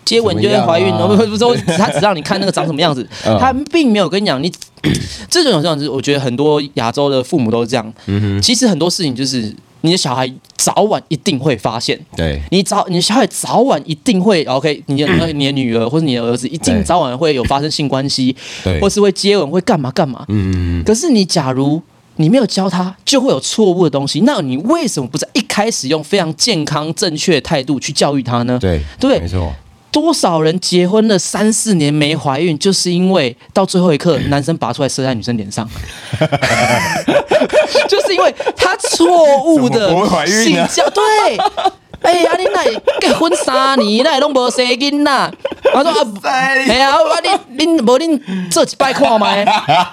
[SPEAKER 1] 接吻就会怀孕，
[SPEAKER 2] 怎么
[SPEAKER 1] 我
[SPEAKER 2] 样啊
[SPEAKER 1] 不不是说他只让你看那个长什么样子，
[SPEAKER 2] 嗯
[SPEAKER 1] 他并没有跟你讲你 这种这样子。我觉得很多亚洲的父母都是这样。
[SPEAKER 2] 嗯
[SPEAKER 1] 其实很多事情就是你的小孩早晚一定会发现。
[SPEAKER 2] 对，
[SPEAKER 1] 你早，你的小孩早晚一定会 OK，你的、呃你的女儿或者你的儿子一定
[SPEAKER 2] 嗯对
[SPEAKER 1] 早晚会有发生性关系，
[SPEAKER 2] 对
[SPEAKER 1] 或是会接吻，会干嘛干嘛。
[SPEAKER 2] 嗯，
[SPEAKER 1] 可是你假如你没有教他，就会有错误的东西。那你为什么不在一开始用非常健康、正确的态度去教育他 呢？
[SPEAKER 2] 对
[SPEAKER 1] 对
[SPEAKER 2] 没错，
[SPEAKER 1] 多少人结婚了三四年没怀孕，就是因为到最后一刻，男生拔出来射在女生脸上， 就是因为他错误的
[SPEAKER 2] 怎么不会怀
[SPEAKER 1] 性
[SPEAKER 2] 孕呢
[SPEAKER 1] 教对。哎、阿、啊、你那结婚三年，那拢无生囡仔。他说啊，哎呀， 啊你恁无恁做一摆看麦，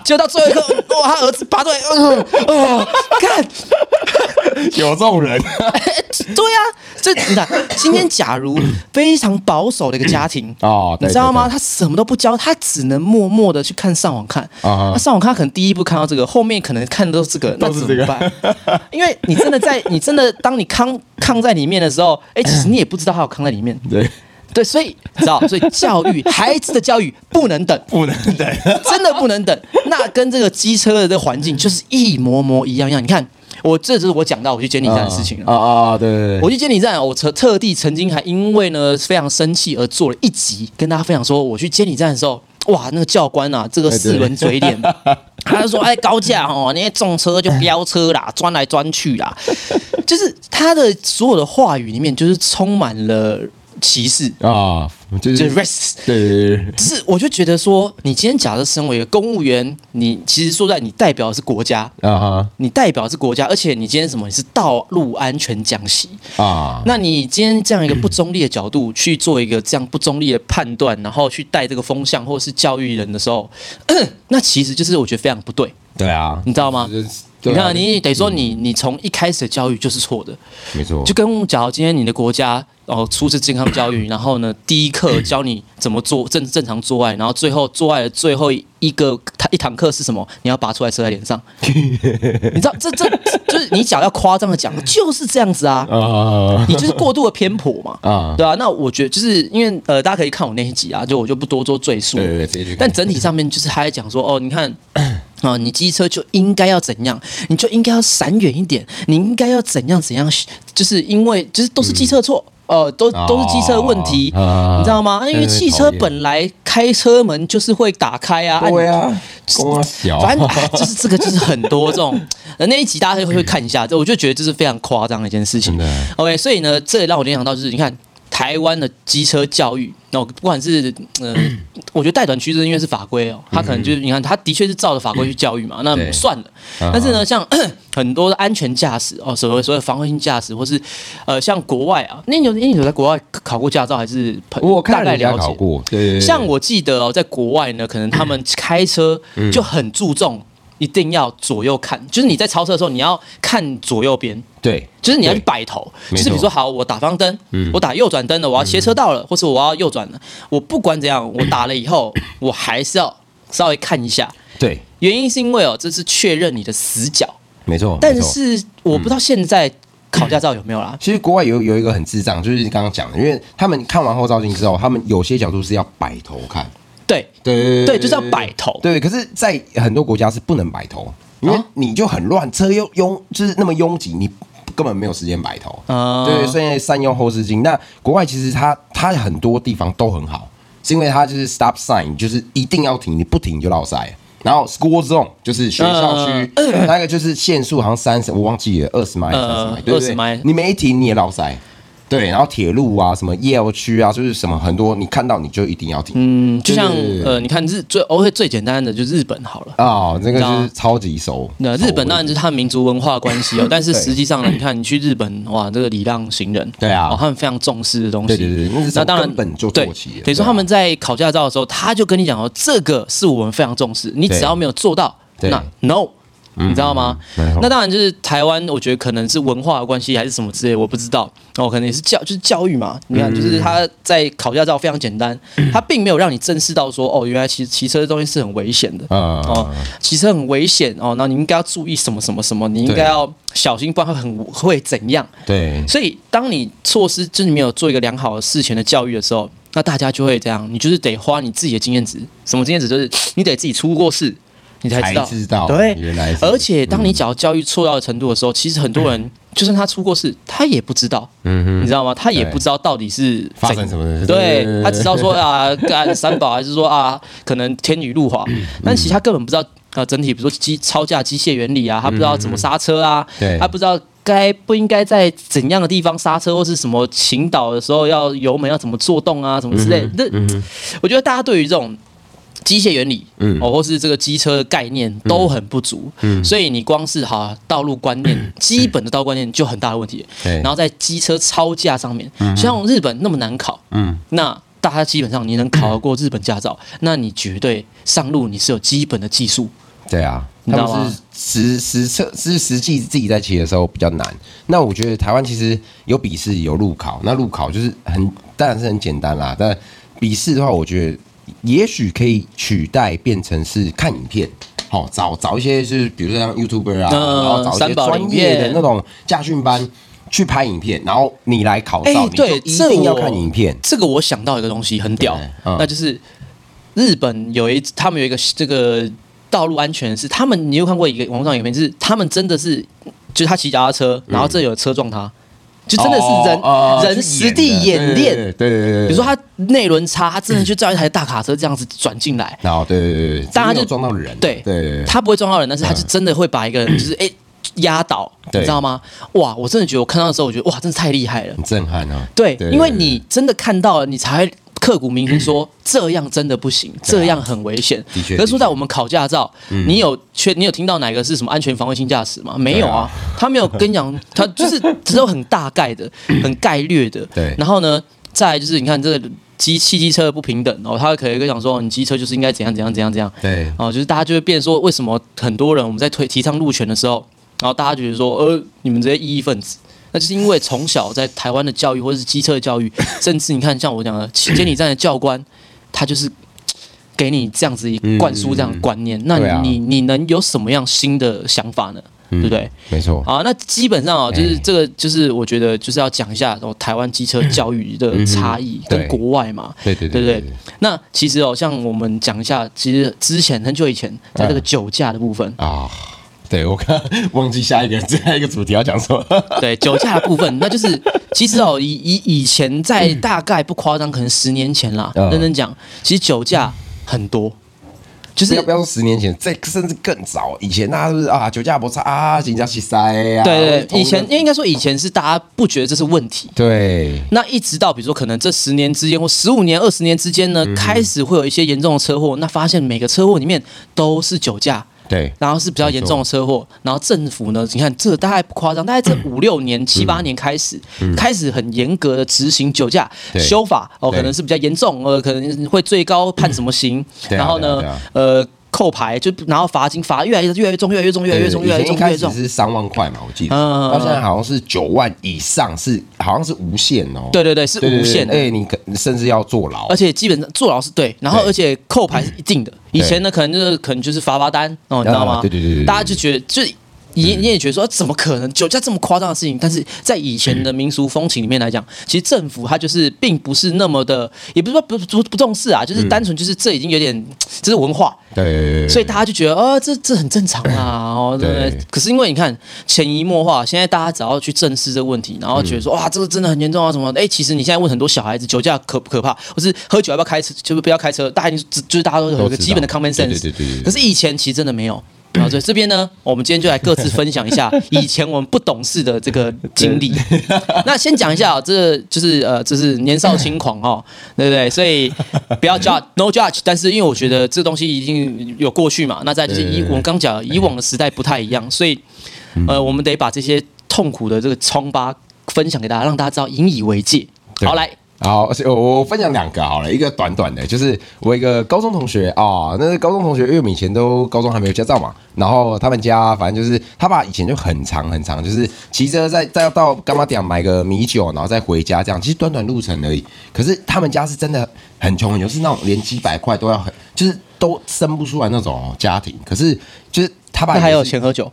[SPEAKER 1] 就到最后一刻，哇，他儿子拔出来，嗯、哦，看。
[SPEAKER 2] 有这种人，
[SPEAKER 1] 对啊，这你看，今天假如非常保守的一个家庭
[SPEAKER 2] 哦对
[SPEAKER 1] 你知道吗？
[SPEAKER 2] 对对
[SPEAKER 1] 他什么都不教，他只能默默的去看上网看。
[SPEAKER 2] 啊哈
[SPEAKER 1] 那上网看他可能第一步看到这个，后面可能看的都是这个，那
[SPEAKER 2] 是
[SPEAKER 1] 怎
[SPEAKER 2] 这个
[SPEAKER 1] 么办？因为你真的在，你真的当你康康在里面的时候，哎，其实你也不知道他有康在里面。
[SPEAKER 2] 对，
[SPEAKER 1] 对，所以你知道，所以教育孩子的教育不能等，
[SPEAKER 2] 不能等，
[SPEAKER 1] 真的不能等。那跟这个机车的这个环境就是一模模一样样。你看，我这就是我讲到我去监理站的事情了。
[SPEAKER 2] 啊啊，啊对对对，
[SPEAKER 1] 我去监理站，我特特地曾经还因为呢非常生气而做了一集，跟大家分享说，我去监理站的时候，哇，那个教官啊，这个四轮嘴 脸，他就说，哎，高架哦，那些重车就飙车啦，钻来钻去啦，就是他的所有的话语里面，就是充满了歧视，
[SPEAKER 2] 啊，就
[SPEAKER 1] 就是是 racist。
[SPEAKER 2] 对对对，
[SPEAKER 1] 只是我就觉得说，你今天假设身为一个公务员，你其实说在你代表的是国家，
[SPEAKER 2] 对啊
[SPEAKER 1] 你代表的是国家，而且你今天什么，你是道路安全讲习，
[SPEAKER 2] 哈啊，
[SPEAKER 1] 那你今天这样一个不中立的角度去做一个这样不中立的判断，然后去带这个风向或是教育人的时候， 那其实就是我觉得非常不对，
[SPEAKER 2] 对啊，
[SPEAKER 1] 你知道吗？
[SPEAKER 2] 就是
[SPEAKER 1] 你
[SPEAKER 2] 对啊
[SPEAKER 1] 看，你得说你你从一开始的教育就是错的，
[SPEAKER 2] 没错，
[SPEAKER 1] 就跟假如今天你的国家哦出自健康教育，然后呢第一课教你怎么做正正常做爱，然后最后做爱的最后一个他一堂课是什么？你要拔出来射在脸 上，你知道这这这就是你讲要夸张的讲，就是这样子 啊。
[SPEAKER 2] 啊
[SPEAKER 1] 你就是过度的偏颇嘛，
[SPEAKER 2] 啊
[SPEAKER 1] 对啊，那我觉得就是因为呃，大家可以看我那一集啊，就我就不多做赘述。
[SPEAKER 2] 对对对直接去看
[SPEAKER 1] 但整体上面就是他在讲说，哦，你看。 啊、你机车就应该要怎样，你就应该要闪远一点，你应该要怎样怎样，就是因为就是都是机车错，呃，都
[SPEAKER 2] 哦
[SPEAKER 1] 都是机车问题，
[SPEAKER 2] 啊
[SPEAKER 1] 你知道吗？因为汽车本来开车门就是会打开啊，
[SPEAKER 2] 对
[SPEAKER 1] 啊
[SPEAKER 2] 啊，公啊小，
[SPEAKER 1] 反正、啊、就是这个，就是很多这种呃那一集大家会会看一下，这我就觉得这是非常夸张的一件事情
[SPEAKER 2] 真的。
[SPEAKER 1] OK，所以呢，这也让我联想到就是，你看台湾的机车教育，那我不管是呃，我觉得带短趋势因为是法规哦，他可能就是你看，他的确是照着法规去教育嘛，那
[SPEAKER 2] 嗯对嗯
[SPEAKER 1] 算了。但是呢，像 很多的安全驾驶哦，所谓所谓防卫性驾驶，或是呃，像国外啊，那你有那你有在国外考过驾照还是朋？
[SPEAKER 2] 我看
[SPEAKER 1] 大概
[SPEAKER 2] 人家
[SPEAKER 1] 了
[SPEAKER 2] 考
[SPEAKER 1] 解。
[SPEAKER 2] 过，对对对，
[SPEAKER 1] 像我记得哦，在国外呢，可能他们开车
[SPEAKER 2] 嗯
[SPEAKER 1] 就很注重，一定要左右看，就是你在超车的时候，你要看左右边。
[SPEAKER 2] 对，
[SPEAKER 1] 就是你要去
[SPEAKER 2] 对
[SPEAKER 1] 摆头，就
[SPEAKER 2] 没
[SPEAKER 1] 是比如
[SPEAKER 2] 错嗯
[SPEAKER 1] 说，好，我打方灯，我打右转灯 了，我要切车道了，或是我要右转了，我不管怎样，我打了以后，我还是要稍微看一下。
[SPEAKER 2] 对，
[SPEAKER 1] 原因是因为哦，这是确认你的死角，
[SPEAKER 2] 没错。嗯没
[SPEAKER 1] 但
[SPEAKER 2] 错
[SPEAKER 1] 是我不知道现在考驾照有没有啦。
[SPEAKER 2] 其实国外有有一个很智障，就是刚刚讲的，因为他们看完后照镜之后，他们有些角度是要摆头看，
[SPEAKER 1] 对，
[SPEAKER 2] 对
[SPEAKER 1] 对就是要摆头啊
[SPEAKER 2] 对，可是，在很多国家是不能摆头，因为你就很乱，车又拥就是那么拥挤，你根本没有时间摆头。
[SPEAKER 1] 啊
[SPEAKER 2] 对，所以善用后视镜。那国外其实它它很多地方都很好，是因为它就是 stop sign，就是一定要停，你不停就落塞。然后 school zone 就是学校
[SPEAKER 1] 啊
[SPEAKER 2] 区，
[SPEAKER 1] 呃
[SPEAKER 2] 那个就是限速好像三十，我忘记了二十迈还是三十迈，
[SPEAKER 1] 嗯
[SPEAKER 2] 对不
[SPEAKER 1] 20迈
[SPEAKER 2] 对？你没停你也落塞。对，然后铁路啊，什么夜游区啊，就是什么很多，你看到你就一定要停。
[SPEAKER 1] 嗯，就像
[SPEAKER 2] 对对对对
[SPEAKER 1] 呃，你看日最我会最简单的就是日本好了。
[SPEAKER 2] 啊、这个
[SPEAKER 1] 你知道
[SPEAKER 2] 就
[SPEAKER 1] 吗
[SPEAKER 2] 是超级熟。
[SPEAKER 1] 那日
[SPEAKER 2] 熟
[SPEAKER 1] 本
[SPEAKER 2] 味
[SPEAKER 1] 当然是它民族文化关系 哦，但是
[SPEAKER 2] 对
[SPEAKER 1] 实际上呢，你看你去日本，哇，这个礼让行人，
[SPEAKER 2] 对啊
[SPEAKER 1] 哦，他们非常重视的东西，
[SPEAKER 2] 对对对那是从
[SPEAKER 1] 那当然
[SPEAKER 2] 根本就做
[SPEAKER 1] 对
[SPEAKER 2] 起了
[SPEAKER 1] 等于
[SPEAKER 2] 对
[SPEAKER 1] 说
[SPEAKER 2] 啊
[SPEAKER 1] 他们在考驾照的时候，他就跟你讲哦，这个是我们非常重视，你
[SPEAKER 2] 对
[SPEAKER 1] 只要没有做到，
[SPEAKER 2] 对嗯
[SPEAKER 1] 那 no。你知道吗？
[SPEAKER 2] 没错
[SPEAKER 1] 那当然就是台湾，我觉得可能是文化的关系还是什么之类，我不知道。哦，可能也是教，就是教育嘛。你
[SPEAKER 2] 嗯
[SPEAKER 1] 看，就是他在考驾照非常简单，他并没有让你正视到说，哦，原来骑骑车这东西是很危险的。
[SPEAKER 2] 啊、
[SPEAKER 1] 哦，骑车很危险哦，那你应该要注意什么什么什么，你应该要小心，不然会很会怎样。
[SPEAKER 2] 对
[SPEAKER 1] 所以，当你措施就是你没有做一个良好的事前的教育的时候，那大家就会这样，你就是得花你自己的经验值，什么经验值就是你得自己出过事，你才知道。
[SPEAKER 2] 才知道
[SPEAKER 1] 对，
[SPEAKER 2] 原来是嗯
[SPEAKER 1] 而且当你只要教育错到的程度的时候，其实很多人就算他出过事，他也不知道，你知道吗？他也不知道到底是
[SPEAKER 2] 嗯发生什么事
[SPEAKER 1] 对
[SPEAKER 2] 对
[SPEAKER 1] 他只知道说 啊，干三宝还是说啊，可能天雨路滑，
[SPEAKER 2] 嗯
[SPEAKER 1] 但其实他根本不知道啊，整体比如说机超架机械原理啊，他不知道怎么刹车啊
[SPEAKER 2] 嗯对，
[SPEAKER 1] 他不知道。该不应该在怎样的地方刹车，或是什么倾倒的时候要油门要怎么做动啊，什么之类的。
[SPEAKER 2] 嗯
[SPEAKER 1] 那、我觉得大家对于这种机械原理，嗯，哦，或是这个机车的概念都很不足，嗯，所以你光是哈道路观念，基本的道路观念就很大的问题，
[SPEAKER 2] 对
[SPEAKER 1] 然后在机车超驾上面，像日本那么难考，嗯，那大家基本上你能考得过日本驾照，那你绝对上路你是有基本的技术，
[SPEAKER 2] 对啊，
[SPEAKER 1] 你
[SPEAKER 2] 他
[SPEAKER 1] 知道吗
[SPEAKER 2] 们是实实测是实际自己在骑的时候比较难。那我觉得台湾其实有笔试有路考，那路考就是很当然是很简单啦，但笔试的话，我觉得也许可以取代变成是看影片。好、找找一些就是比如说像 YouTuber 啊，
[SPEAKER 1] 嗯
[SPEAKER 2] 然后找一些
[SPEAKER 1] 三宝影
[SPEAKER 2] 专
[SPEAKER 1] 片
[SPEAKER 2] 业的那种驾训班去拍影片，然后你来考
[SPEAKER 1] 哎、
[SPEAKER 2] 照，你就
[SPEAKER 1] 对，
[SPEAKER 2] 一
[SPEAKER 1] 这
[SPEAKER 2] 定
[SPEAKER 1] 我
[SPEAKER 2] 要看影片。
[SPEAKER 1] 这个我想到一个东西很屌
[SPEAKER 2] 对，嗯
[SPEAKER 1] 那就是日本有一他们有一个这个道路安全是他们，你有看过一个网络上影片，就是他们真的是就是他骑脚踏车，然后这有车撞他，就真的是人、
[SPEAKER 2] 嗯哦哦
[SPEAKER 1] 人
[SPEAKER 2] 是
[SPEAKER 1] 实
[SPEAKER 2] 演的
[SPEAKER 1] 地演练。
[SPEAKER 2] 对对对对对对。
[SPEAKER 1] 比如说他内轮差，他真的就照一台大卡车这样子转进来，
[SPEAKER 2] 然哦后对对对对，
[SPEAKER 1] 大家
[SPEAKER 2] 只是没有
[SPEAKER 1] 就
[SPEAKER 2] 撞到人，啊
[SPEAKER 1] 对
[SPEAKER 2] 嗯对对对，
[SPEAKER 1] 他不会撞到人，但是他就真的会把一个人就是哎压、倒，你
[SPEAKER 2] 对
[SPEAKER 1] 知道吗？哇，我真的觉得我看到的时候，我觉得哇，真的太厉害了。
[SPEAKER 2] 很震撼啊，
[SPEAKER 1] 对，因为你真的看到了，你才会刻骨铭心 说这样真的不行，这样很危险。
[SPEAKER 2] 啊的确嗯
[SPEAKER 1] 可是说
[SPEAKER 2] 的
[SPEAKER 1] 在
[SPEAKER 2] 确
[SPEAKER 1] 我们考驾照，你有确你有听到哪个是什么安全防卫性驾驶吗？没有啊，他没有跟你 讲，他就是只有很大概的、很概略的。
[SPEAKER 2] 对
[SPEAKER 1] 然后呢，再来就是你看这个机汽机车的不平等哦，他可能跟你讲说，哦你机车就是应该怎样怎样怎样怎样。
[SPEAKER 2] 对
[SPEAKER 1] 哦，就是大家就会变成说，为什么很多人我们在推提倡路权的时候，然后大家觉得说，呃，你们这些异议分子，那就是因为从小在台湾的教育或者是机车的教育， 甚至你看像我讲的监理站的教官，他就是给你这样子一灌输这样的观念，那你、
[SPEAKER 2] 嗯对啊嗯
[SPEAKER 1] 你你能有什么样新的想法呢？对不对？
[SPEAKER 2] 没错，
[SPEAKER 1] 啊，那基本上啊、哦，就是
[SPEAKER 2] 哎
[SPEAKER 1] 这个，就是我觉得就是要讲一下哦，台湾机车教育的差异
[SPEAKER 2] 嗯
[SPEAKER 1] 跟
[SPEAKER 2] 对
[SPEAKER 1] 国外嘛，
[SPEAKER 2] 对对
[SPEAKER 1] 对
[SPEAKER 2] 对
[SPEAKER 1] 不
[SPEAKER 2] 对
[SPEAKER 1] 对？那其实哦，像我们讲一下，其实之前很久以前，在这个酒驾的部分，
[SPEAKER 2] 嗯啊，对我刚忘记下一个下一个主题要讲什么，
[SPEAKER 1] 对酒驾的部分， 那就是其实哦，以以以前在大概不夸张，可能十年前啦，
[SPEAKER 2] 嗯
[SPEAKER 1] 认真讲，其实酒驾很多，就
[SPEAKER 2] 不
[SPEAKER 1] 是
[SPEAKER 2] 要不要说十年前，这甚至更早，以前大家都是啊酒驾摩擦啊，警察起塞啊，
[SPEAKER 1] 对对，以前
[SPEAKER 2] 同
[SPEAKER 1] 应该说以前是大家不觉得这是问题，
[SPEAKER 2] 对
[SPEAKER 1] 那一直到比如说可能这十年之间或十五年、二十年之间
[SPEAKER 2] 嗯
[SPEAKER 1] 呢，开始会有一些严重的车祸，那发现每个车祸里面都是酒驾。
[SPEAKER 2] 对
[SPEAKER 1] 然后是比较严重的车祸，然后政府呢，你看这大概不夸张，大概这五六年、七八年开始，开始很严格的执行酒驾
[SPEAKER 2] 嗯对
[SPEAKER 1] 修法哦，
[SPEAKER 2] 对
[SPEAKER 1] 可能是比较严重，呃，可能会最高判什么刑，
[SPEAKER 2] 对啊
[SPEAKER 1] 然后呢
[SPEAKER 2] 对啊，
[SPEAKER 1] 呃，扣牌就然后罚金罚越来越越来越重，越来越重，越来越重，
[SPEAKER 2] 对
[SPEAKER 1] 越来
[SPEAKER 2] 以
[SPEAKER 1] 越
[SPEAKER 2] 前一
[SPEAKER 1] 重，越来
[SPEAKER 2] 开
[SPEAKER 1] 越
[SPEAKER 2] 始
[SPEAKER 1] 重。
[SPEAKER 2] 是三万块嘛，我记得，
[SPEAKER 1] 嗯嗯嗯
[SPEAKER 2] 到现在好像是九万以上，是好像是无限哦，
[SPEAKER 1] 对对对，是
[SPEAKER 2] 对对
[SPEAKER 1] 无限的。
[SPEAKER 2] 哎，你可甚至要坐牢
[SPEAKER 1] 而，且基本上坐牢是对，然后
[SPEAKER 2] 对
[SPEAKER 1] 而且扣牌是一定的，以前呢，可能就是可能就是罚罚单哦，你知道吗？
[SPEAKER 2] 啊对对对对嗯对
[SPEAKER 1] 大家就觉得就。你你也觉得说、啊怎么可能酒驾这么夸张的事情？但是在以前的民俗风情里面来讲，
[SPEAKER 2] 嗯
[SPEAKER 1] 其实政府它就是并不是那么的，也不是说不不不重视啊，
[SPEAKER 2] 嗯
[SPEAKER 1] 就是单纯就是这已经有点这是文化，
[SPEAKER 2] 对对对对，
[SPEAKER 1] 所以大家就觉得，呃，这这很正常 啊，哦，对不对
[SPEAKER 2] 对？
[SPEAKER 1] 可是因为你看潜移默化，现在大家只要去正视这个问题，然后觉得
[SPEAKER 2] 嗯
[SPEAKER 1] 说，哇，这个真的很严重啊，什么？哎，其实你现在问很多小孩子酒驾可不可怕，或是喝酒要不要开车，就是不要开车，大家已经就是大家都有一个
[SPEAKER 2] 都知道
[SPEAKER 1] 基本的 common
[SPEAKER 2] 对
[SPEAKER 1] sense，
[SPEAKER 2] 对对对对对
[SPEAKER 1] 可是以前其实真的没有。啊，所以这边呢，我们今天就来各自分享一下以前我们不懂事的这个经 历。 那先讲一下、哦，这就是呃，这是年少轻狂 哦，对不对？所以不要 judge no judge，但是因为我觉得这东西一定有过去嘛，那再就是
[SPEAKER 2] 对对
[SPEAKER 1] 以
[SPEAKER 2] 对嗯
[SPEAKER 1] 我们刚讲的以往的时代不太一样，所以呃，我们得把这些痛苦的这个疮疤分享给大家，让大家知道引以为戒。
[SPEAKER 2] 对
[SPEAKER 1] 好，来，
[SPEAKER 2] 好，而且我我分享两个好了，一个短短的，就是我一个高中同学啊、那是高中同学，因为我们以前都高中还没有驾照嘛，然后他们家反正就是他爸以前就很长很长，就是骑车再再到干妈店买个米酒，然后再回家这样，其实短短路程而已。可是他们家是真的很穷，很穷，是那种连几百块都要很，就是都生不出来那种哦家庭。可是就是他爸
[SPEAKER 1] 那
[SPEAKER 2] 也
[SPEAKER 1] 还有
[SPEAKER 2] 是
[SPEAKER 1] 钱喝酒，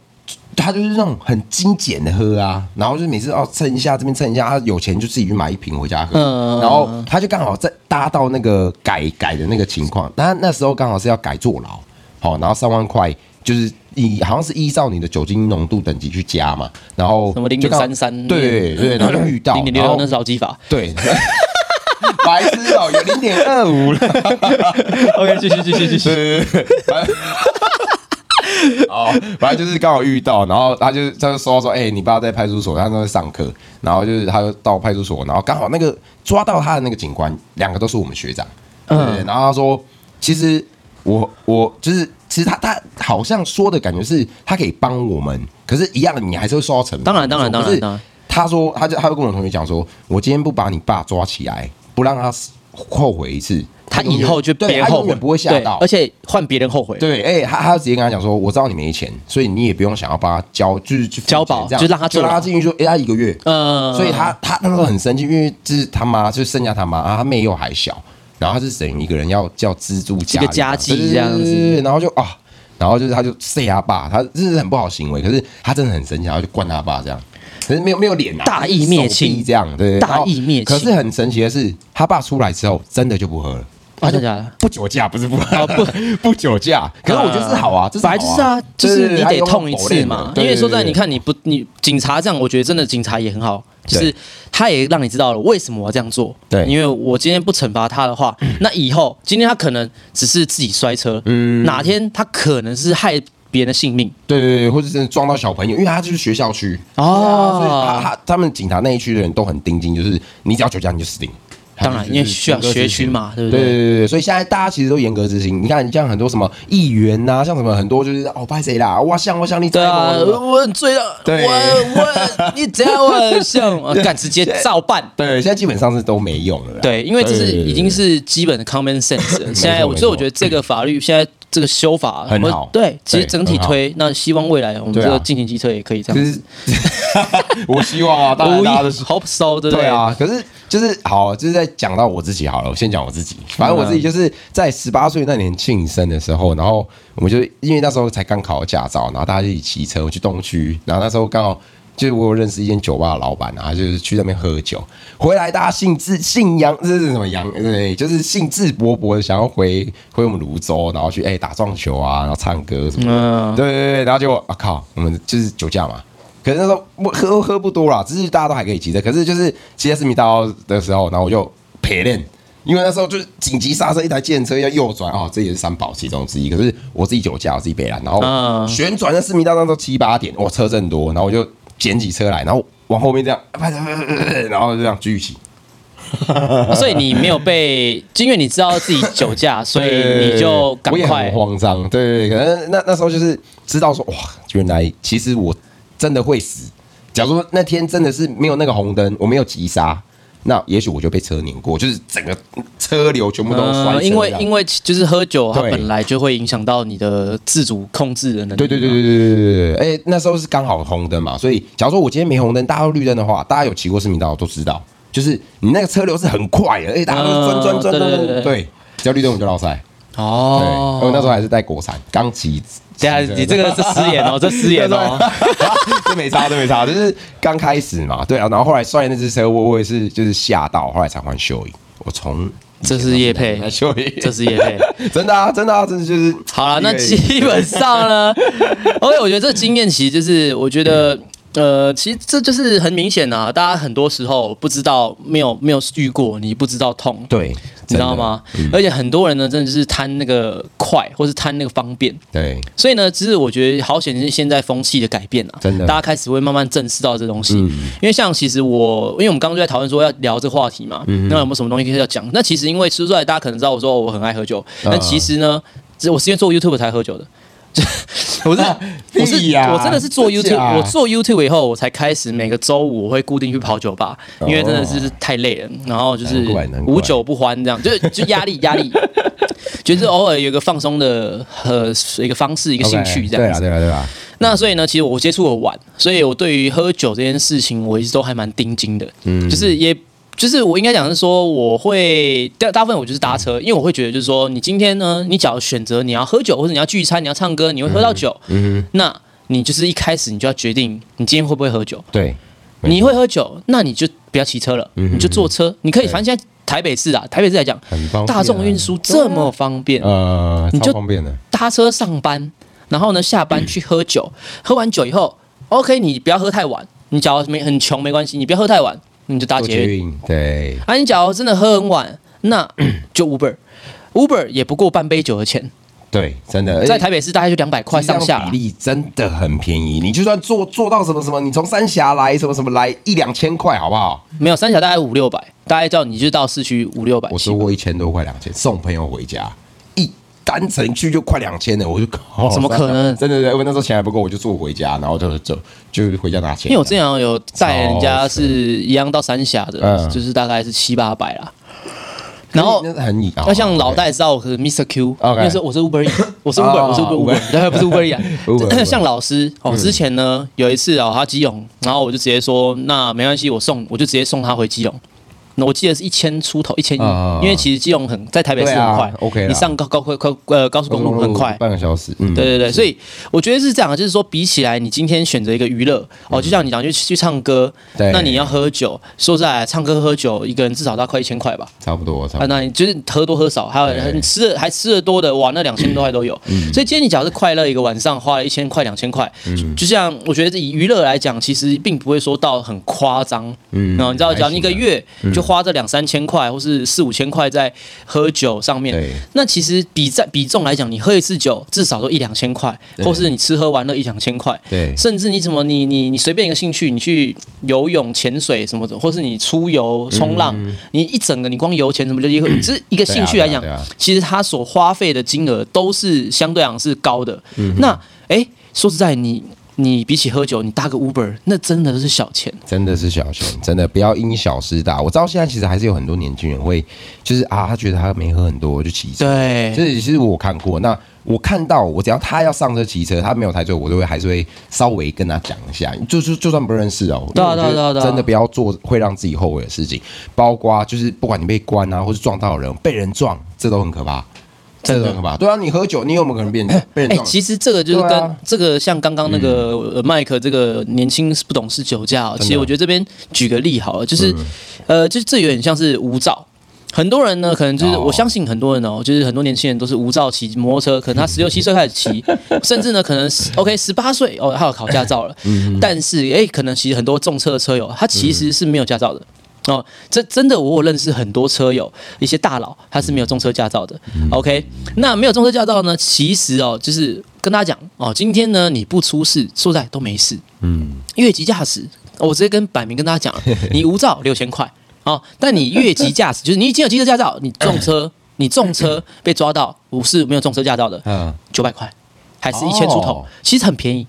[SPEAKER 2] 他就是那种很精简的喝啊，然后就是每次哦蹭一下这边蹭一下，他有钱就自己去买一瓶回家喝，
[SPEAKER 1] 嗯
[SPEAKER 2] 然后他就刚好在搭到那个改改的那个情况，那那时候刚好是要改坐牢，好、然后三万块就是以好像是依照你的酒精浓度等级去加嘛，然后
[SPEAKER 1] 什么零
[SPEAKER 2] 就
[SPEAKER 1] 点
[SPEAKER 2] 刚好
[SPEAKER 1] 三三，嗯
[SPEAKER 2] 对对，然后就遇到
[SPEAKER 1] 零点
[SPEAKER 2] 然
[SPEAKER 1] 六
[SPEAKER 2] 后
[SPEAKER 1] 那是劳基法。
[SPEAKER 2] 对。 白痴哦、有零点二五了，
[SPEAKER 1] OK，继续继续继续。
[SPEAKER 2] 对对对， 反正哦，反正就是刚好遇到，然后他就他就说说，哎、你爸在派出所，他那在上课，然后就是他就到派出所，然后刚好那个抓到他的那个警官，两个都是我们学长，对
[SPEAKER 1] 嗯
[SPEAKER 2] 然后他说，其实我我就是。其实他他好像说的感觉是他可以帮我们，可是一样你还是会受到惩罚。
[SPEAKER 1] 当然当然当然
[SPEAKER 2] 可是
[SPEAKER 1] 当然
[SPEAKER 2] 他说，他就他就跟我同学讲说，我今天不把你爸抓起来，不让他后悔一次，
[SPEAKER 1] 他以后就
[SPEAKER 2] 对
[SPEAKER 1] 别人
[SPEAKER 2] 他
[SPEAKER 1] 后
[SPEAKER 2] 永
[SPEAKER 1] 悔，
[SPEAKER 2] 远不会吓
[SPEAKER 1] 对
[SPEAKER 2] 到，
[SPEAKER 1] 而且换别人后悔。
[SPEAKER 2] 对，哎、他他直接跟他讲说，我知道你没钱，所以你也不用想要帮他交，就是去付
[SPEAKER 1] 交
[SPEAKER 2] 钱
[SPEAKER 1] 保
[SPEAKER 2] 这样
[SPEAKER 1] 就让他
[SPEAKER 2] 就
[SPEAKER 1] 坐
[SPEAKER 2] 让
[SPEAKER 1] 牢
[SPEAKER 2] 他进去说，哎、他一个月，
[SPEAKER 1] 呃，
[SPEAKER 2] 所以他他那时候很生气，因为这是他妈，就是剩下他妈，啊、他妹又还小，然后他是等于一个人要叫资助家里
[SPEAKER 1] 一个家计
[SPEAKER 2] 对对对
[SPEAKER 1] 这样子
[SPEAKER 2] 对对对然后就啊，然后就是他就塞他爸，他这是很不好行为，可是他真的很生气，然后就灌他爸这样。可是没有没有脸啊，
[SPEAKER 1] 大义灭
[SPEAKER 2] 手
[SPEAKER 1] 亲
[SPEAKER 2] 臂这样对对对
[SPEAKER 1] 大
[SPEAKER 2] 然后
[SPEAKER 1] 义灭
[SPEAKER 2] 可是
[SPEAKER 1] 亲
[SPEAKER 2] 很神奇的是，他爸出来之后真的就不喝了，
[SPEAKER 1] 啊，真的假的？
[SPEAKER 2] 不酒驾不是不喝
[SPEAKER 1] 哦不
[SPEAKER 2] 不酒驾，可是我觉得是好啊，这是
[SPEAKER 1] 本来
[SPEAKER 2] 好
[SPEAKER 1] 就是啊，就是你得痛一次嘛。因为说在你，看，你不你警察这样，我觉得真的警察也很好，就是
[SPEAKER 2] 对
[SPEAKER 1] 他也让你知道了为什么我要这样做。
[SPEAKER 2] 对
[SPEAKER 1] 因为我今天不惩罚他的话，那以后今天他可能只是自己摔车，嗯，哪天他可能是害别人的性命。
[SPEAKER 2] 对对对对对对对对，或者真的撞到小朋友，因为他就是学校区
[SPEAKER 1] 哦
[SPEAKER 2] 对啊所以他他他们警察那一区的人都很盯紧，就是你只要酒驾你就死定。
[SPEAKER 1] 当然
[SPEAKER 2] 他们就是
[SPEAKER 1] 因为需要学区嘛
[SPEAKER 2] 严格
[SPEAKER 1] 对不
[SPEAKER 2] 执
[SPEAKER 1] 哎对
[SPEAKER 2] 行对对对，所以现在大家其实都严格执行。你看，像很多什么议员呐、像什么很多就是哦，拍谁啦，哇，像哇像你
[SPEAKER 1] 对啊，
[SPEAKER 2] 知道吗
[SPEAKER 1] 我很醉了，我
[SPEAKER 2] 对
[SPEAKER 1] 我你只要我很 像，啊干直接照办。
[SPEAKER 2] 对，现在基本上是都没用了啦。
[SPEAKER 1] 对，因为这是
[SPEAKER 2] 对对对对
[SPEAKER 1] 已经是基本的 common sense 了。现在我
[SPEAKER 2] 没错
[SPEAKER 1] 所以我觉得这个法律现在这个修法
[SPEAKER 2] 很
[SPEAKER 1] 我们
[SPEAKER 2] 好
[SPEAKER 1] 对，其实
[SPEAKER 2] 对
[SPEAKER 1] 整体
[SPEAKER 2] 很好
[SPEAKER 1] 推，那希望未来我们这
[SPEAKER 2] 对
[SPEAKER 1] 个
[SPEAKER 2] 啊
[SPEAKER 1] 进行机车也可以这
[SPEAKER 2] 就
[SPEAKER 1] 样。
[SPEAKER 2] 是 我希望啊，当然
[SPEAKER 1] 无意
[SPEAKER 2] 大家都是
[SPEAKER 1] hope so，对不
[SPEAKER 2] 对
[SPEAKER 1] 对？
[SPEAKER 2] 啊，可是就是好，就是在讲到我自己好了，我先讲我自己。反正我自己就是在十八岁那年庆生的时候，然后我们就因为那时候才刚考驾照，然后大家就一起骑车去东区，然后那时候刚好。就是我有认识一间酒吧的老板啊，就是去那边喝酒，回来大家兴致兴扬，这是什么扬？对，就是兴致勃勃的想要回回我们泸州，然后去哎、打撞球啊，然后唱歌什么的。
[SPEAKER 1] 嗯
[SPEAKER 2] 对对对，然后结果啊靠，我们就是酒驾嘛。可是那时候我喝喝不多啦，只是大家都还可以骑车。可是就是骑在思密达的时候，然后我就陪练，因为那时候就是紧急刹车，一台电车要右转哦，这也是三宝其中之一。可是我自己酒驾，我自己被拦，然
[SPEAKER 1] 嗯
[SPEAKER 2] 后旋转在思密达那时候七八点，哇，车震多，然后我就捡起车来，然后往后面这样，啪啪啪啪啪然后就这样继续骑。啊
[SPEAKER 1] 所以你没有被，就因为你知道自己酒驾，所以你就赶
[SPEAKER 2] 我也
[SPEAKER 1] 快
[SPEAKER 2] 很慌张，对对对，可能那那时候就是知道说哇，原来其实我真的会死。假如说那天真的是没有那个红灯，我没有急刹，那也许我就被车碾过，就是整个车流全部都摔、
[SPEAKER 1] 呃，因为因
[SPEAKER 2] 为
[SPEAKER 1] 为就是喝酒，它
[SPEAKER 2] 对
[SPEAKER 1] 本来就会影响到你的自主控制的能力。
[SPEAKER 2] 对对对。对对对对对，哎、那时候是刚好红灯嘛，所以假如说我今天没红灯，大家都绿灯的话，大家有骑过市民道都知道，就是你那个车流是很快的，哎、大家都钻钻钻钻，对，只要绿灯我们就绕塞。对，
[SPEAKER 1] 哦
[SPEAKER 2] 因为那时候还是戴国产，刚起。
[SPEAKER 1] 等一下你这个是失言哦，这失 言 哦。
[SPEAKER 2] 这没差，这没差，就是刚开始嘛，对啊。然后后来摔那只车，我我也是就是吓到，后来才换秀影。我从
[SPEAKER 1] 这是叶佩，
[SPEAKER 2] 秀影，
[SPEAKER 1] 这是叶佩。
[SPEAKER 2] 真的啊，真的啊，真的就是
[SPEAKER 1] 好了，那
[SPEAKER 2] 因为
[SPEAKER 1] 基本上 呢，而且我觉得这经验其实就是，我觉得。呃，其实这就是很明显啊，大家很多时候不知道，没有没有遇过，你不知道痛，
[SPEAKER 2] 对，
[SPEAKER 1] 你
[SPEAKER 2] 真
[SPEAKER 1] 知
[SPEAKER 2] 的嗯
[SPEAKER 1] 道？吗？而且很多人呢，真的是贪那个快，或是贪那个方便，
[SPEAKER 2] 对，
[SPEAKER 1] 所以呢，其实我觉得好险是现在风气的改变啊，
[SPEAKER 2] 真的
[SPEAKER 1] 大家开始会慢慢正视到这东西。
[SPEAKER 2] 嗯
[SPEAKER 1] 因为像其实我，因为我们刚刚就在讨论说要聊这话题嘛，
[SPEAKER 2] 嗯
[SPEAKER 1] 那有没有什么东西可以要讲？那其实因为吃出来，大家可能知道我说我很爱喝酒，
[SPEAKER 2] 啊
[SPEAKER 1] 但其实呢，这我是因为做 YouTube 才喝酒的。我是我是
[SPEAKER 2] 屁呀
[SPEAKER 1] 我真的是做
[SPEAKER 2] 真假
[SPEAKER 1] YouTube，我做 YouTube 以后，我才开始每个周五我会固定去跑酒吧，因为真的是太累了，然后就是
[SPEAKER 2] 哦难怪难怪
[SPEAKER 1] 无酒不欢这样，就是就压力压 力，就是偶尔有一个放松的呃一个方式一个兴趣
[SPEAKER 2] OK，
[SPEAKER 1] 这样子。
[SPEAKER 2] 对啊，对啊，对啊，
[SPEAKER 1] 那所以呢，其实我接触的晚，所以我对于喝酒这件事情，我一直都还蛮盯紧的。嗯，就是也。就是我应该讲是说，我会大大部分我就是搭车，因为我会觉得就是说，你今天呢，你只要选择你要喝酒或者你要聚餐，你要唱歌，你会喝到酒，嗯，那你就是一开始你就要决定你今天会不会喝酒。
[SPEAKER 2] 对，没错嗯
[SPEAKER 1] 你会喝酒，那你就不要骑车了，你就坐车。你可以，反正现在台北市啊，台北市来讲
[SPEAKER 2] 很方便啊，
[SPEAKER 1] 大众运输这么方便，
[SPEAKER 2] 呃，
[SPEAKER 1] 嗯你就
[SPEAKER 2] 超方便的，
[SPEAKER 1] 搭车上班，然后呢下班去喝酒，喝完酒以后，OK，你不要喝太晚，你假如没很穷没关系，你不要喝太晚，你就搭
[SPEAKER 2] 做
[SPEAKER 1] 捷
[SPEAKER 2] 捷
[SPEAKER 1] 运。
[SPEAKER 2] 运，对，
[SPEAKER 1] 啊，你假如真的喝很晚，那 就 Uber。Uber 也不过半杯酒的钱，
[SPEAKER 2] 对，真的，
[SPEAKER 1] 在
[SPEAKER 2] 而且
[SPEAKER 1] 台北市大概就两百块上下啦
[SPEAKER 2] 哎比。例真的很便宜。你就算做做到什么什么，你从三峡来什么什么来一两千块，好不好？
[SPEAKER 1] 没有三峡大概五六百，大概叫你就到市区五六百。
[SPEAKER 2] 我说过一千多块两千，送朋友回家一。单程去就快两千了，我就靠，
[SPEAKER 1] 怎么可能
[SPEAKER 2] 真的，我那时候钱还不够，我就坐回家，然后就就就回家拿钱。
[SPEAKER 1] 因为我之前好像有带人家
[SPEAKER 2] 超
[SPEAKER 1] 是一样到三峡的，
[SPEAKER 2] 哦嗯
[SPEAKER 1] 就是大概是七八百啦。然后
[SPEAKER 2] 那是很你，
[SPEAKER 1] 那像老
[SPEAKER 2] 戴。
[SPEAKER 1] 戴知道我是 Mr. Q，
[SPEAKER 2] 哦 OK
[SPEAKER 1] 那时候我是 Uber，E，我是 Uber，
[SPEAKER 2] 哦
[SPEAKER 1] 我是 Uber，
[SPEAKER 2] Uber
[SPEAKER 1] 对，不是 Uber E 啊
[SPEAKER 2] Uber，Uber 嗯
[SPEAKER 1] 像老师哦，之前呢有一次哦，他基隆，然后我就直接说，那没关系，我送，我就直接送他回基隆。那我记得是一千出头，一千一
[SPEAKER 2] 嗯嗯，嗯
[SPEAKER 1] 因为其实基隆很在台北市
[SPEAKER 2] 对啊
[SPEAKER 1] 很快
[SPEAKER 2] OK 啦
[SPEAKER 1] 你上高高快快呃高速公路很快，
[SPEAKER 2] 半个小时，嗯，
[SPEAKER 1] 对对对，所以我觉得是这样，啊就是说比起来，你今天选择一个娱乐哦，就像你讲去去唱歌，
[SPEAKER 2] 嗯对
[SPEAKER 1] 那你要喝酒，说实在，唱歌喝酒一个人至少要快一千块吧。
[SPEAKER 2] 差不多，差
[SPEAKER 1] 啊，
[SPEAKER 2] 不多，
[SPEAKER 1] 那你就是喝多喝少，还有
[SPEAKER 2] 对嗯
[SPEAKER 1] 你吃的还吃的多的，哇，那两千多块都有。所以今天你假如是快乐一个晚上花了一千块两千块，
[SPEAKER 2] 嗯
[SPEAKER 1] 就像我觉得以娱乐来讲，其实并不会说到很夸张。嗯，然后你知道，
[SPEAKER 2] 还
[SPEAKER 1] 假如你一个
[SPEAKER 2] 行啊
[SPEAKER 1] 月就花这两三千块或是四五千块在喝酒上面
[SPEAKER 2] 对，
[SPEAKER 1] 那其实比在比重来讲，你喝一次酒至少都一两千块，
[SPEAKER 2] 对
[SPEAKER 1] 或是你吃喝玩乐一两千块。
[SPEAKER 2] 对
[SPEAKER 1] 甚至你什么你你你随便一个兴趣，你去游泳、潜水什么的，或是你出游、冲浪，你一整个你光油钱什么就一个，只是一个兴趣来讲，
[SPEAKER 2] 嗯对啊对啊对
[SPEAKER 1] 其实它所花费的金额都是相对来讲是高的。
[SPEAKER 2] 嗯
[SPEAKER 1] 那诶，说实在，你你比起喝酒，你搭个 Uber，那真的是小钱。
[SPEAKER 2] 真的是小熊，真的不要因小失大。我知道现在其实还是有很多年轻人会，就是啊，他觉得他没喝很多就骑车，
[SPEAKER 1] 对
[SPEAKER 2] 这其实我看过。那我看到，我只要他要上车骑车，他没有抬腿，我都会还是会稍微跟他讲一下，就就就算不认识哦。
[SPEAKER 1] 对啊
[SPEAKER 2] 因为我觉
[SPEAKER 1] 对啊
[SPEAKER 2] 得
[SPEAKER 1] 对啊对啊
[SPEAKER 2] 真的不要做会让自己后悔的事情，包括就是不管你被关啊，或是撞到人，被人撞，这都很可怕，这
[SPEAKER 1] 真的
[SPEAKER 2] 都很可怕。对啊，你喝酒，你有没有可能变被人
[SPEAKER 1] 哎、
[SPEAKER 2] 撞？
[SPEAKER 1] 其实这个就是跟、
[SPEAKER 2] 对啊
[SPEAKER 1] 这个像刚刚那个
[SPEAKER 2] 嗯
[SPEAKER 1] 呃麦克这个年轻不懂事酒驾、哦，其实我觉得这边举个例好了，就是、
[SPEAKER 2] 嗯
[SPEAKER 1] 呃，就是这有点像是无照。很多人呢，可能就是、
[SPEAKER 2] 哦
[SPEAKER 1] 我相信很多人哦，就是很多年轻人都是无照骑摩托车，可能他十六七岁开始骑，甚至呢可能 OK 十八岁哦，他有考驾照了，但是哎、可能其实很多重车的车友他其实是没有驾照的。哦，这真的，我有认识很多车友，一些大佬，他是没有重车驾照的。OK，那没有重车驾照呢，其实哦，就是跟大家讲哦，今天呢你不出事，说实在都没事。嗯，越级驾驶，哦我直接跟摆明跟大家讲了， 你无照六千块哦，但你越级驾驶，就是你已经有机车驾照，你重 车，你重车被抓到，我是没有重车驾照的，
[SPEAKER 2] 嗯，
[SPEAKER 1] 九百块，还是一千出头
[SPEAKER 2] 哦，嗯
[SPEAKER 1] 其实很便宜。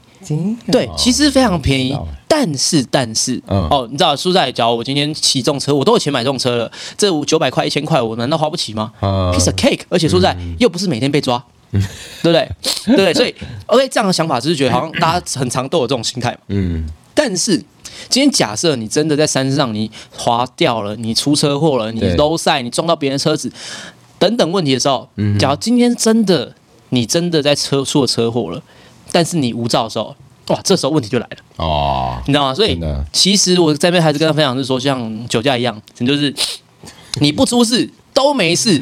[SPEAKER 1] 对，其实非常便宜
[SPEAKER 2] 知道了，
[SPEAKER 1] 但是但是，
[SPEAKER 2] 嗯
[SPEAKER 1] 哦，你知道，输在假如我今天骑重车，我都有钱买重车了，这九百块、一千块，我难道花不起吗、
[SPEAKER 2] 嗯
[SPEAKER 1] p i e c e of cake，而且说实在、又不是每天被 抓，对不对？对不对，所以 OK，这样的想法就是觉得好像大家很常都有这种心态嘛。
[SPEAKER 2] 嗯，
[SPEAKER 1] 但是今天假设你真的在山上，你滑掉了，你出车祸了，你
[SPEAKER 2] 对
[SPEAKER 1] 搂塞，你撞到别人的车子，等等问题的时候，
[SPEAKER 2] 嗯
[SPEAKER 1] 假如今天真的你真的在车出了车祸了，但是你无照的时候，哇，这时候问题就来了。
[SPEAKER 2] 哦，
[SPEAKER 1] 你知道吗？所以
[SPEAKER 2] 真的
[SPEAKER 1] 其实我在那边还是跟他分享是说，像酒驾一样，你就是 你不出事都没事，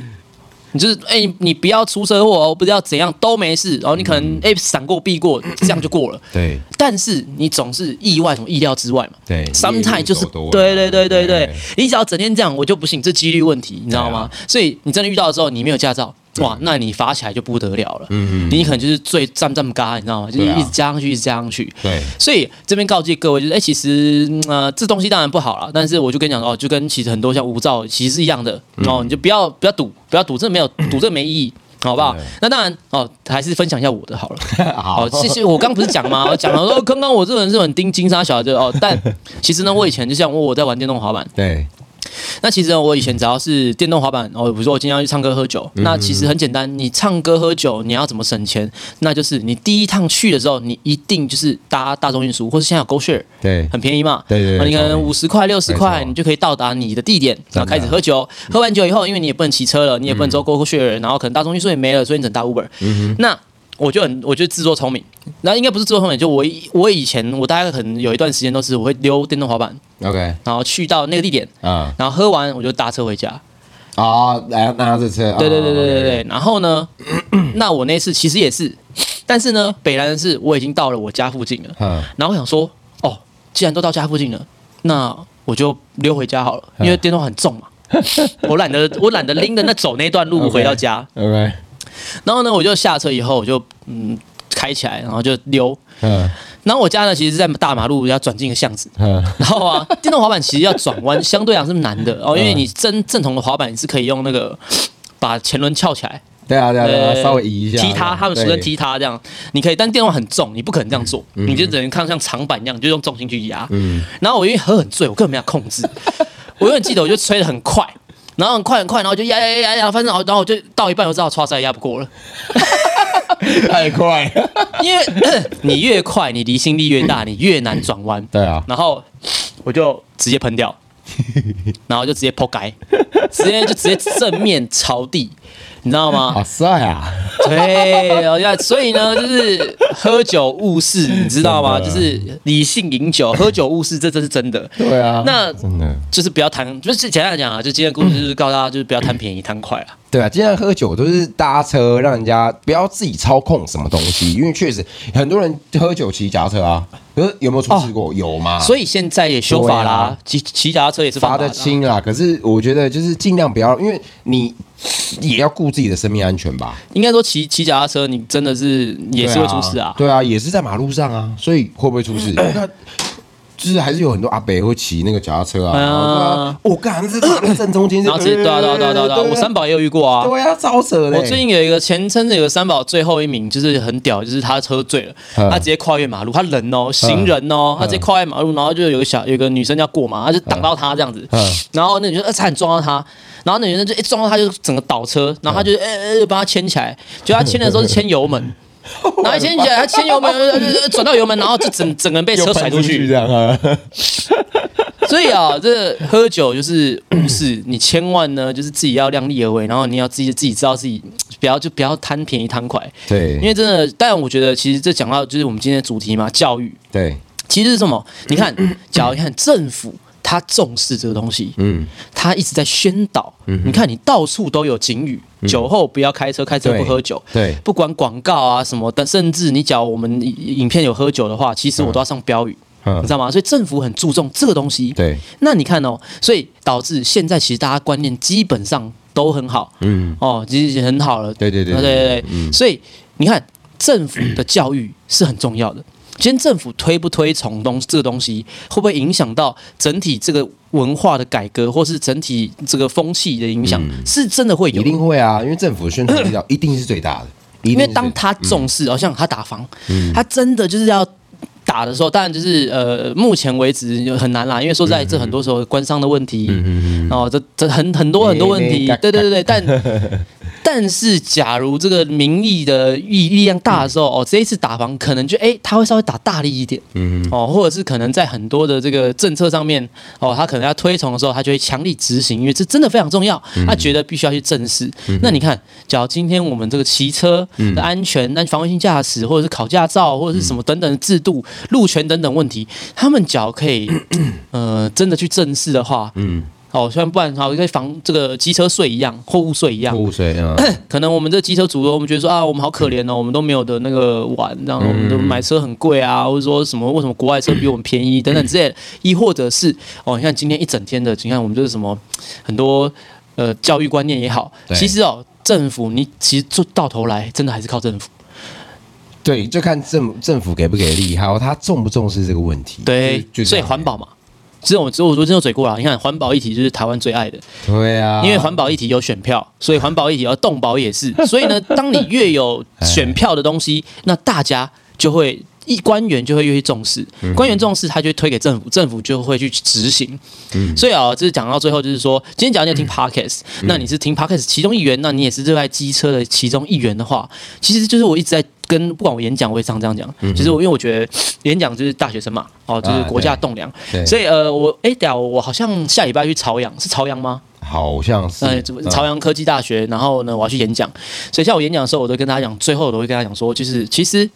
[SPEAKER 1] 你就是哎、你不要出车祸哦，不要怎样都没事，然后你可
[SPEAKER 2] 嗯
[SPEAKER 1] 能哎闪、过避过，这样就过了。
[SPEAKER 2] 对
[SPEAKER 1] 但是你总是意外，什么意料之外嘛？
[SPEAKER 2] 对
[SPEAKER 1] ，sometime 就是
[SPEAKER 2] 猎物走多了啊
[SPEAKER 1] 对对对对对
[SPEAKER 2] 对，啊
[SPEAKER 1] 你只要整天这样，我就不信，这几率问题，你知道吗？所以你真的遇到的时候，你没有驾照，哇，那你罚起来就不得了了，嗯你可能就是最站站嘎，你知道吗？就是
[SPEAKER 2] 对啊
[SPEAKER 1] 一直加上去，一直加上去，
[SPEAKER 2] 对
[SPEAKER 1] 所以这边告诫各位，就是哎、其实嗯呃，这东西当然不好了，但是我就跟你讲哦，就跟其实很多像无照其实是一样的
[SPEAKER 2] 嗯
[SPEAKER 1] 哦，你就不要不要赌，不要赌，这没有赌，这没意 义。好不好
[SPEAKER 2] 对？
[SPEAKER 1] 那当然哦，还是分享一下我的好了。 哦
[SPEAKER 2] 好
[SPEAKER 1] 谢谢。我刚不是讲吗？我讲了说，哦刚刚我这个人是很盯金沙小的哦，但其实呢，我以前就像我在玩电动滑板，
[SPEAKER 2] 对
[SPEAKER 1] 那其实呢我以前只要是电动滑板，哦，比如说我今天要去唱歌喝酒，
[SPEAKER 2] 嗯
[SPEAKER 1] 那其实很简单，你唱歌喝酒你要怎么省钱？那就是你第一趟去的时候，你一定就是搭大众运输，或是现在有 Go Share，
[SPEAKER 2] 对
[SPEAKER 1] 很便宜嘛，哦
[SPEAKER 2] 对对对
[SPEAKER 1] 那你可
[SPEAKER 2] 超
[SPEAKER 1] 能
[SPEAKER 2] 便宜
[SPEAKER 1] 五十块、六十块，
[SPEAKER 2] 没错
[SPEAKER 1] 你就可以到达你的地点，然
[SPEAKER 2] 真
[SPEAKER 1] 后
[SPEAKER 2] 的
[SPEAKER 1] 开始喝酒。喝完酒以后，因为你也不能骑车了，你也不能走 GoGo Share，然后可能大众运输也没了，所以你只能搭 Uber。那
[SPEAKER 2] 嗯
[SPEAKER 1] 我就很，我就自作聪明，那应该不是自作聪明，就我以我以前我大概可能有一段时间都是我会溜电动滑板，
[SPEAKER 2] ，OK，
[SPEAKER 1] 然后去到那个地点，
[SPEAKER 2] 嗯，
[SPEAKER 1] 然后喝完我就搭车回家。
[SPEAKER 2] 哦，来那这车，
[SPEAKER 1] 对对
[SPEAKER 2] 哦
[SPEAKER 1] 对对对
[SPEAKER 2] OK，OK
[SPEAKER 1] 对。然后呢， 那我那次其实也是，但是呢，北兰的是我已经到了我家附近了，
[SPEAKER 2] 嗯，
[SPEAKER 1] 然后我想说，哦，既然都到家附近了，那我就溜回家好了，
[SPEAKER 2] 啊
[SPEAKER 1] 因为电动很重 嘛，我懒得我懒得拎着那走那段路
[SPEAKER 2] OK
[SPEAKER 1] 回到家。
[SPEAKER 2] OK，
[SPEAKER 1] 然后呢，我就下车以后，我就嗯开起来，然后就溜。
[SPEAKER 2] 嗯
[SPEAKER 1] 然后我家呢，其实是在大马路要转进一个巷子，
[SPEAKER 2] 嗯，
[SPEAKER 1] 然后啊， 电动滑板其实要转弯，相对来讲是难的哦，因为你
[SPEAKER 2] 嗯
[SPEAKER 1] 真正统的滑板是可以用那个把前轮翘起来，
[SPEAKER 2] 对啊对啊对
[SPEAKER 1] 呃
[SPEAKER 2] 啊，稍微移一下，
[SPEAKER 1] 踢它，他们俗
[SPEAKER 2] 对嗯
[SPEAKER 1] 称踢它这样，你可以，但电话很重，你不可能这样做，你就只能看像长板一样，你就用重心去压。然后我因为喝很醉，我根本没有控制， 我永远记得我就吹得很快。然后很快很快，然后就压压压压压，反正然后然后我就到一半，我知道刷塞压不过了，
[SPEAKER 2] 太快了，
[SPEAKER 1] 因为 你越快，你离心力越大，你越难转弯。
[SPEAKER 2] 对啊，
[SPEAKER 1] 然后我就直接喷 掉，然后就直接破街，直接就直接正面朝地，你知道吗？
[SPEAKER 2] 好帅啊，
[SPEAKER 1] 对，然后要所以呢，就是喝酒误事，你知道吗？
[SPEAKER 2] 真
[SPEAKER 1] 就
[SPEAKER 2] 的
[SPEAKER 1] 是理性饮酒，喝酒误事，这这是真的。
[SPEAKER 2] 对啊，
[SPEAKER 1] 那
[SPEAKER 2] 真的，
[SPEAKER 1] 就是不要贪，就是简单来讲啊，就今天的故事就是告诉大家，就是不要贪便宜，贪快啊。
[SPEAKER 2] 对啊，经常喝酒都是搭车，让人家不要自己操控什么东西，因为确实很多人喝酒骑脚踏车啊，可是有没有出事过？有嘛？
[SPEAKER 1] 所
[SPEAKER 2] 以
[SPEAKER 1] 以现在也修法
[SPEAKER 2] 啊对
[SPEAKER 1] 啦
[SPEAKER 2] 啊，
[SPEAKER 1] 骑骑脚踏车也是
[SPEAKER 2] 罚
[SPEAKER 1] 犯
[SPEAKER 2] 得
[SPEAKER 1] 法的啊。
[SPEAKER 2] 轻啦。可是我觉得就是尽量不要，因为你也要顾自己的生命安全吧。
[SPEAKER 1] 应该说骑骑脚踏车，你真的是也是会出事啊。嗯
[SPEAKER 2] 对啊，也是在马路上啊，所以会不会出事？那就是还是有很多阿北会骑那个脚踏车啊，
[SPEAKER 1] 哎呀
[SPEAKER 2] 然后对啊我干，这马路正中间是，
[SPEAKER 1] 然后直接对啊对啊对啊对啊对啊，我三宝也有遇过啊。
[SPEAKER 2] 对啊，超扯的。
[SPEAKER 1] 我最近有一个前称有个三宝最后一名，就是很屌，就是他喝醉了，
[SPEAKER 2] 嗯
[SPEAKER 1] 他直接跨越马路，他人哦，行人哦，他直接跨越马路，然后就有个小有个女生要过嘛，他就挡到他这样子
[SPEAKER 2] 嗯，
[SPEAKER 1] 然后那女生呃差点撞到他，然后那女生就一撞到他就整个倒车，然后他就呃呃帮他牵起来，就他牵的时候是牵油 门。然后一牵起来，他牵油门，呃转到油门，然后就整整个人被车
[SPEAKER 2] 又
[SPEAKER 1] 甩
[SPEAKER 2] 喷
[SPEAKER 1] 出
[SPEAKER 2] 出
[SPEAKER 1] 去
[SPEAKER 2] 去这。样啊，
[SPEAKER 1] 所以啊，这喝酒就是误事，你千万呢就是自己要量力而为，然后你要自己自己知道自己不要就不要贪便宜贪快，
[SPEAKER 2] 对，
[SPEAKER 1] 因为真的，但我觉得其实这讲到就是我们今天的主题嘛，教育
[SPEAKER 2] 对，
[SPEAKER 1] 其实是什么？你 看，假如你看政府。他重视这个东西，嗯，他一直在宣导。
[SPEAKER 2] 嗯
[SPEAKER 1] 你看，你到处都有警语，酒后不要开车，开车不喝酒。
[SPEAKER 2] 对
[SPEAKER 1] 不管广告啊什么的，甚至你讲我们影影片有喝酒的话，其实我都要上标语，
[SPEAKER 2] 嗯
[SPEAKER 1] 你知道吗？所以政府很注重这个东西。
[SPEAKER 2] 对，
[SPEAKER 1] 那你看哦，所以导致现在其实大家观念基本上都很好，
[SPEAKER 2] 嗯，
[SPEAKER 1] 哦，其实已经很好了。哦
[SPEAKER 2] 对对对
[SPEAKER 1] 对对对
[SPEAKER 2] 对嗯
[SPEAKER 1] 所以你看，政府的教育是很重要的。今天政府推不推崇东这个东西，会不会影响到整体这个文化的改革，或是整体这个风气的影响，
[SPEAKER 2] 嗯
[SPEAKER 1] 是真的会有
[SPEAKER 2] 一。定会啊，因为政府的宣传 力道一定是嗯最大的，因
[SPEAKER 1] 因为当他重视，好、像他打防，他真的就是要打的时候，当然就是呃，目前为止就很难啦，因为说
[SPEAKER 2] 嗯
[SPEAKER 1] 实在这很多时候官商的问题，哦，这这很很多很多问题，
[SPEAKER 2] 嗯嗯嗯
[SPEAKER 1] 对对对对，但但是假如这个民意的力力量大的时候，哦，这一次打房可能就哎，他会稍微打大力一点，嗯，哦，或者是可能在很多的这个政策上面，哦，他可能要推崇的时候，他就会强力执行，因为这真的非常重要，他觉得必须要去正视。那你看，假如今天我们这个骑车的安全、那防卫性驾驶，或者是考驾照，或者是什么等等的制度、路权等等问题，他们假如可 以呃真的去正视的话，嗯。哦，虽然不然好，跟房这个机车税一样，货物税一样，
[SPEAKER 2] 五岁啊，
[SPEAKER 1] 可能我们这机车族，我们觉得说啊，我们好可怜哦，我们都没有的那个玩，然后我们都买车很贵啊，或者说什么为什么国外车比我们便宜等等之类的，亦或者是哦，你看今天一整天的，你看我们就是什么很多呃教育观念也好，
[SPEAKER 2] 对
[SPEAKER 1] 其实哦，政府你其实做到头来真的还是靠政府，
[SPEAKER 2] 对，就看政政府给不给力，还有他重不重视这个问题。
[SPEAKER 1] 对
[SPEAKER 2] 就，
[SPEAKER 1] 所以环，保嘛。只有只有我说真的嘴过了，你看环保议题就是台湾最爱的，
[SPEAKER 2] 就这样对啊，
[SPEAKER 1] 因为环保议题有选票，所以环保议题要动保也是。所以呢，当你越 有
[SPEAKER 2] 哎
[SPEAKER 1] 选票的东西，那大家就会。一官员就会越去重视，
[SPEAKER 2] 嗯
[SPEAKER 1] 官员重视，他就会推给政府，政府就会去执行。
[SPEAKER 2] 嗯
[SPEAKER 1] 所以啊，就是讲到最后，就是说，今天假如你有听 podcast，、那你是听 podcast 其中一员，那你也是热爱机车的其中一员的话，其实就是我一直在跟不管我演讲，我也常这样讲。其实我因为我觉得演讲就是大学生嘛，哦，就是
[SPEAKER 2] 嗯啊
[SPEAKER 1] 国家
[SPEAKER 2] 对
[SPEAKER 1] 栋梁，
[SPEAKER 2] 对
[SPEAKER 1] 所以呃，我哎，等一下我好像下礼拜去朝阳，是朝阳吗？
[SPEAKER 2] 好像是
[SPEAKER 1] 呃，这个朝
[SPEAKER 2] 嗯
[SPEAKER 1] 阳科技大学，然后呢，我要去演讲，所以像我演讲的时候，我都跟大家讲，最后我都会跟他讲说，就是其实。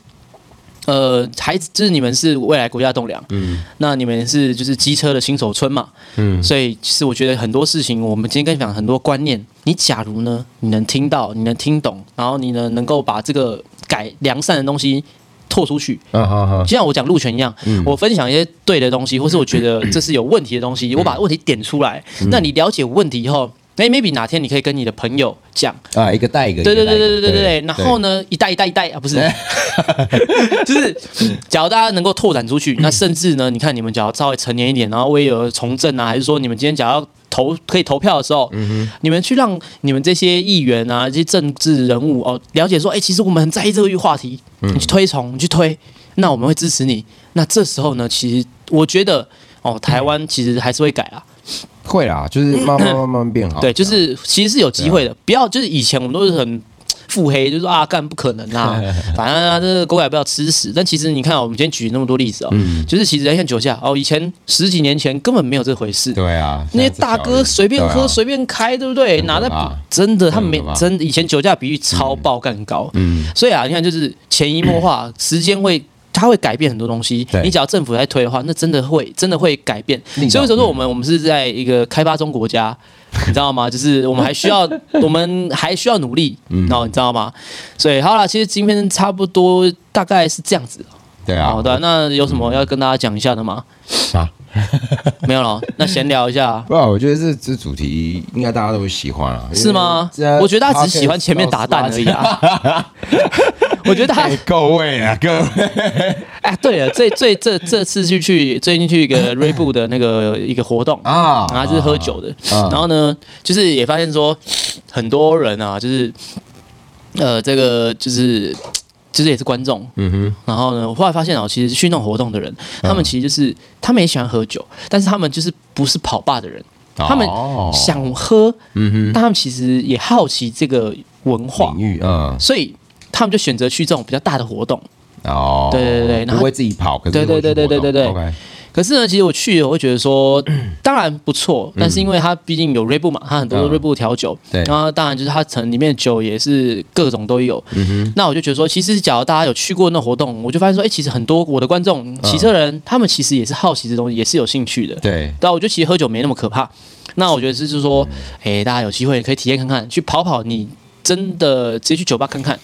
[SPEAKER 1] 呃，孩子，就是你们是未来国家栋梁，嗯，那你们是就是机车的新手村嘛，嗯，所以其实我觉得很多事情，我们今天跟你讲很多观念，你假如呢，你能听到，你能听懂，然后你呢能够把这个改良善的东西拓出去，
[SPEAKER 2] 嗯好好，
[SPEAKER 1] 就像我讲路权一样，我分享一些对的东西，或是我觉得这是有问题的东西，我把问题点出来。那你了解问题以后，哎，maybe 哪天你可以跟你的朋友讲，
[SPEAKER 2] 啊，一个带一个，
[SPEAKER 1] 对对
[SPEAKER 2] 一个带
[SPEAKER 1] 对
[SPEAKER 2] 一
[SPEAKER 1] 对
[SPEAKER 2] 个
[SPEAKER 1] 对对对。然后？呢，一代一代一代啊，不 是，就是假如大家能够拓展出去，那甚至呢，你看你们假如稍微成年一点，然后为了从政啊，还是说你们今天假如要投可以投票的时候，
[SPEAKER 2] 嗯
[SPEAKER 1] 你们去让你们这些议员啊、这些政治人物哦了解说，哎，其实我们很在意这个话题，
[SPEAKER 2] 嗯
[SPEAKER 1] 你去推崇，你去推，那我们会支持你。那这时候呢，其实我觉得哦，台湾其实还是会改啊。
[SPEAKER 2] 会啦， 就是慢慢慢慢变好。
[SPEAKER 1] 对，就是其实是有机会的，不要就是以前我们都是很腹黑，就说啊干不可能啊，反正啊这个狗改不要吃屎。但其实你看啊，我们今天举那么多例子哦，就是其实像酒驾哦，以前十几年前根本没有这回事。
[SPEAKER 2] 对啊，
[SPEAKER 1] 那些
[SPEAKER 2] 现在
[SPEAKER 1] 大
[SPEAKER 2] 是小
[SPEAKER 1] 哥
[SPEAKER 2] 人
[SPEAKER 1] 随便
[SPEAKER 2] 对
[SPEAKER 1] 喝
[SPEAKER 2] 啊
[SPEAKER 1] 随便开，对不对？
[SPEAKER 2] 很可
[SPEAKER 1] 哪在
[SPEAKER 2] 怕
[SPEAKER 1] 真的他
[SPEAKER 2] 很可
[SPEAKER 1] 没
[SPEAKER 2] 怕
[SPEAKER 1] 真以前酒驾比喻超爆干高，
[SPEAKER 2] 嗯
[SPEAKER 1] 所以啊，你看就是潜移默化，时间会。它会改变很多东西
[SPEAKER 2] 对，
[SPEAKER 1] 你只要政府在推的话，那真的会真的会改变。
[SPEAKER 2] 力道
[SPEAKER 1] 所以说，说我们我们是在一个开发中国家，你知道吗？就是我们还需要我们还需要努力，然后你知道吗？所以好了，其实今天差不多大概是这样子。
[SPEAKER 2] 对啊，
[SPEAKER 1] 好的，那有什么要跟大家讲一下的吗？
[SPEAKER 2] 啊，
[SPEAKER 1] 没有了，那闲聊一下。啊
[SPEAKER 2] 不然我觉得这这主题应该大家都会喜欢啊，
[SPEAKER 1] 是吗
[SPEAKER 2] 因为这？
[SPEAKER 1] 我觉得他只喜欢前面打蛋而已啊。 我觉得他
[SPEAKER 2] 哎，各位啊，各位，
[SPEAKER 1] 哎，对了，这这这这次去去最近去一个 r e b o 的那个一个活动
[SPEAKER 2] 啊
[SPEAKER 1] 然后就是喝酒的，
[SPEAKER 2] 啊
[SPEAKER 1] 然后呢，就是也发现说很多人啊，就是呃，这个就是就是也是观众，
[SPEAKER 2] 嗯哼，嗯
[SPEAKER 1] 然后呢，我后来发现哦，其实去那种活动的人，他们其实就是、他们也喜欢喝酒，但是他们就是不是跑吧的人，他们
[SPEAKER 2] 哦
[SPEAKER 1] 想喝，
[SPEAKER 2] 嗯
[SPEAKER 1] 但他们其实也好奇这个文化
[SPEAKER 2] 哼，，领域，嗯，
[SPEAKER 1] 所以他们就选择去这种比较大的活动。
[SPEAKER 2] 哦，
[SPEAKER 1] 对对对对然后
[SPEAKER 2] 不会自己跑，可是
[SPEAKER 1] 对对对对对对对
[SPEAKER 2] ，OK，
[SPEAKER 1] 可是呢，其实我去，我会觉得说， 当然不错，但是因为它毕竟有锐步嘛，它很多
[SPEAKER 2] 嗯
[SPEAKER 1] 锐步调酒，
[SPEAKER 2] 对
[SPEAKER 1] 然后当然就是它城里面的酒也是各种都有。
[SPEAKER 2] 嗯
[SPEAKER 1] 那我就觉得说，其实假如大家有去过那活动，我就发现说，哎、其实很多我的观众骑车人，他们其实也是好奇这东西，也是有兴趣的。
[SPEAKER 2] 对，
[SPEAKER 1] 啊但我觉得其实喝酒没那么可怕。那我觉得就是说，哎、大家有机会可以体验看看，去跑跑，你真的直接去酒吧看 看，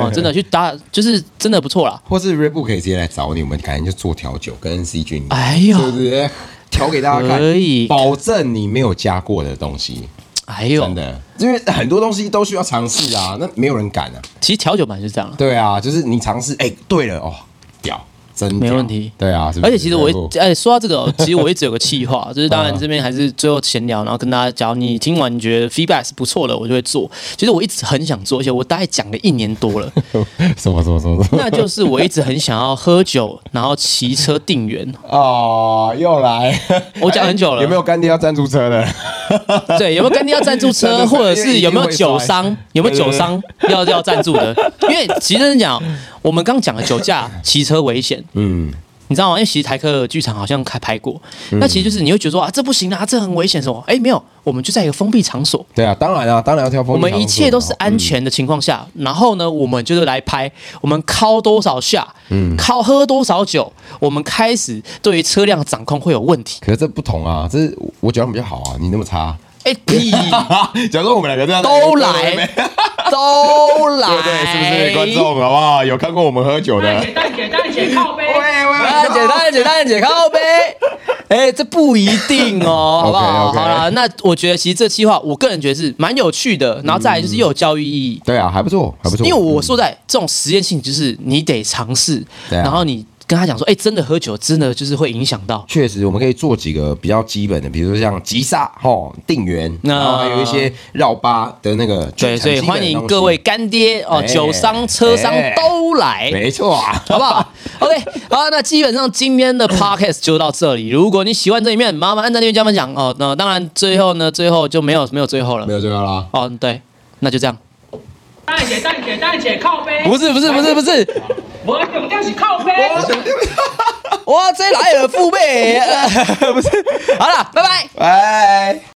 [SPEAKER 1] 啊，真的去打，就是真的不错啦。
[SPEAKER 2] 或是 r e b o 可以直接来找你，我们改天就做调酒，跟 C 君，
[SPEAKER 1] 哎呦，
[SPEAKER 2] 对 不对？调给大家看，
[SPEAKER 1] 可以
[SPEAKER 2] 保证你没有加过的东西，
[SPEAKER 1] 哎呦
[SPEAKER 2] 真，的，因为很多东西都需要尝试啊，那没有人敢啊。
[SPEAKER 1] 其实调酒本来就是这样啦。
[SPEAKER 2] 对啊，就是你尝试，哎、对了，哦，屌，真屌
[SPEAKER 1] 没问题
[SPEAKER 2] 对啊，是不
[SPEAKER 1] 而
[SPEAKER 2] 是
[SPEAKER 1] 且其实我一
[SPEAKER 2] 不
[SPEAKER 1] 哎、说到这个哦，其实我一直有个气 话，就是当然这边还是最后闲聊，然后跟大家，假如你听完你觉得 feedback 是不错的，我就会做。其实我一直很想做，而且我大概讲了一年多了，
[SPEAKER 2] 什么什么什么什么
[SPEAKER 1] 那就是我一直很想要喝酒，然后骑车定员。
[SPEAKER 2] 哦，又来，
[SPEAKER 1] 我讲很久了
[SPEAKER 2] 有没有干爹要赞助车的？
[SPEAKER 1] 对，有没有干爹要赞助
[SPEAKER 2] 真的
[SPEAKER 1] 车，
[SPEAKER 2] 是
[SPEAKER 1] 或者是有没有酒
[SPEAKER 2] 因
[SPEAKER 1] 商，有没有酒商要要赞助的？因为其实真的讲，我们刚讲的酒驾、骑车危险，
[SPEAKER 2] 嗯，
[SPEAKER 1] 你知道吗？因为其实台客剧场好像开拍过，那其实就是你会觉得说啊，这不行啊，这很危险什么？哎，没有，我们就在一个封闭场所，
[SPEAKER 2] 对啊，当然啊，当然要挑
[SPEAKER 1] 我
[SPEAKER 2] 风景场所嘛。
[SPEAKER 1] 们一切都是安全的情况下，然后呢，我们就是来拍，我们敲多少下，嗯，敲喝多少酒，我们开始对于车辆掌控会有问题。
[SPEAKER 2] 可是这不同啊，这是我我酒量比较好啊，你 那么差。
[SPEAKER 1] 哎、屁，
[SPEAKER 2] 假如我们两个这样
[SPEAKER 1] 都来，哎都来，
[SPEAKER 2] 对不对？是不是观众好不好？有看过我们喝酒的？
[SPEAKER 1] 哎
[SPEAKER 3] 蛋姐蛋姐蛋姐靠背，
[SPEAKER 1] 蛋姐，蛋姐，蛋姐，靠背。哎，这不一定哦，好不好
[SPEAKER 2] OK，OK
[SPEAKER 1] 好了，那我觉得其实这期话，我个人觉得是蛮有趣的，然后再来就是又有教育意义。
[SPEAKER 2] 对啊，还不错，还不错。
[SPEAKER 1] 因为我说在这种实验性，就是你得尝试，
[SPEAKER 2] 对啊
[SPEAKER 1] 然后你跟他讲说，哎、真的喝酒真的就是会影响到。
[SPEAKER 2] 确实，我们可以做几个比较基本的，比如说像急刹、吼定圆，
[SPEAKER 1] 那
[SPEAKER 2] 然后还有一些绕八的那个。
[SPEAKER 1] 对，所以欢迎各位。干爹哦，
[SPEAKER 2] 哎
[SPEAKER 1] 酒商、车商
[SPEAKER 2] 哎
[SPEAKER 1] 都来。
[SPEAKER 2] 没错 啊，
[SPEAKER 1] 好不好？OK，好，那基本上今天 的 podcast 就到这里。如果你喜欢这里面，麻烦按赞、订阅、加分享哦。那当然，最后呢，最后就没有没有最后了
[SPEAKER 2] 没。有最后啦。
[SPEAKER 1] 哦，对，那就这样。
[SPEAKER 3] 蛋姐蛋姐蛋姐靠背，
[SPEAKER 1] 不是不是不是不 是，
[SPEAKER 3] 我重点是靠背，
[SPEAKER 1] 哇，这来了父辈，呃不是。好了，拜拜。
[SPEAKER 2] 拜。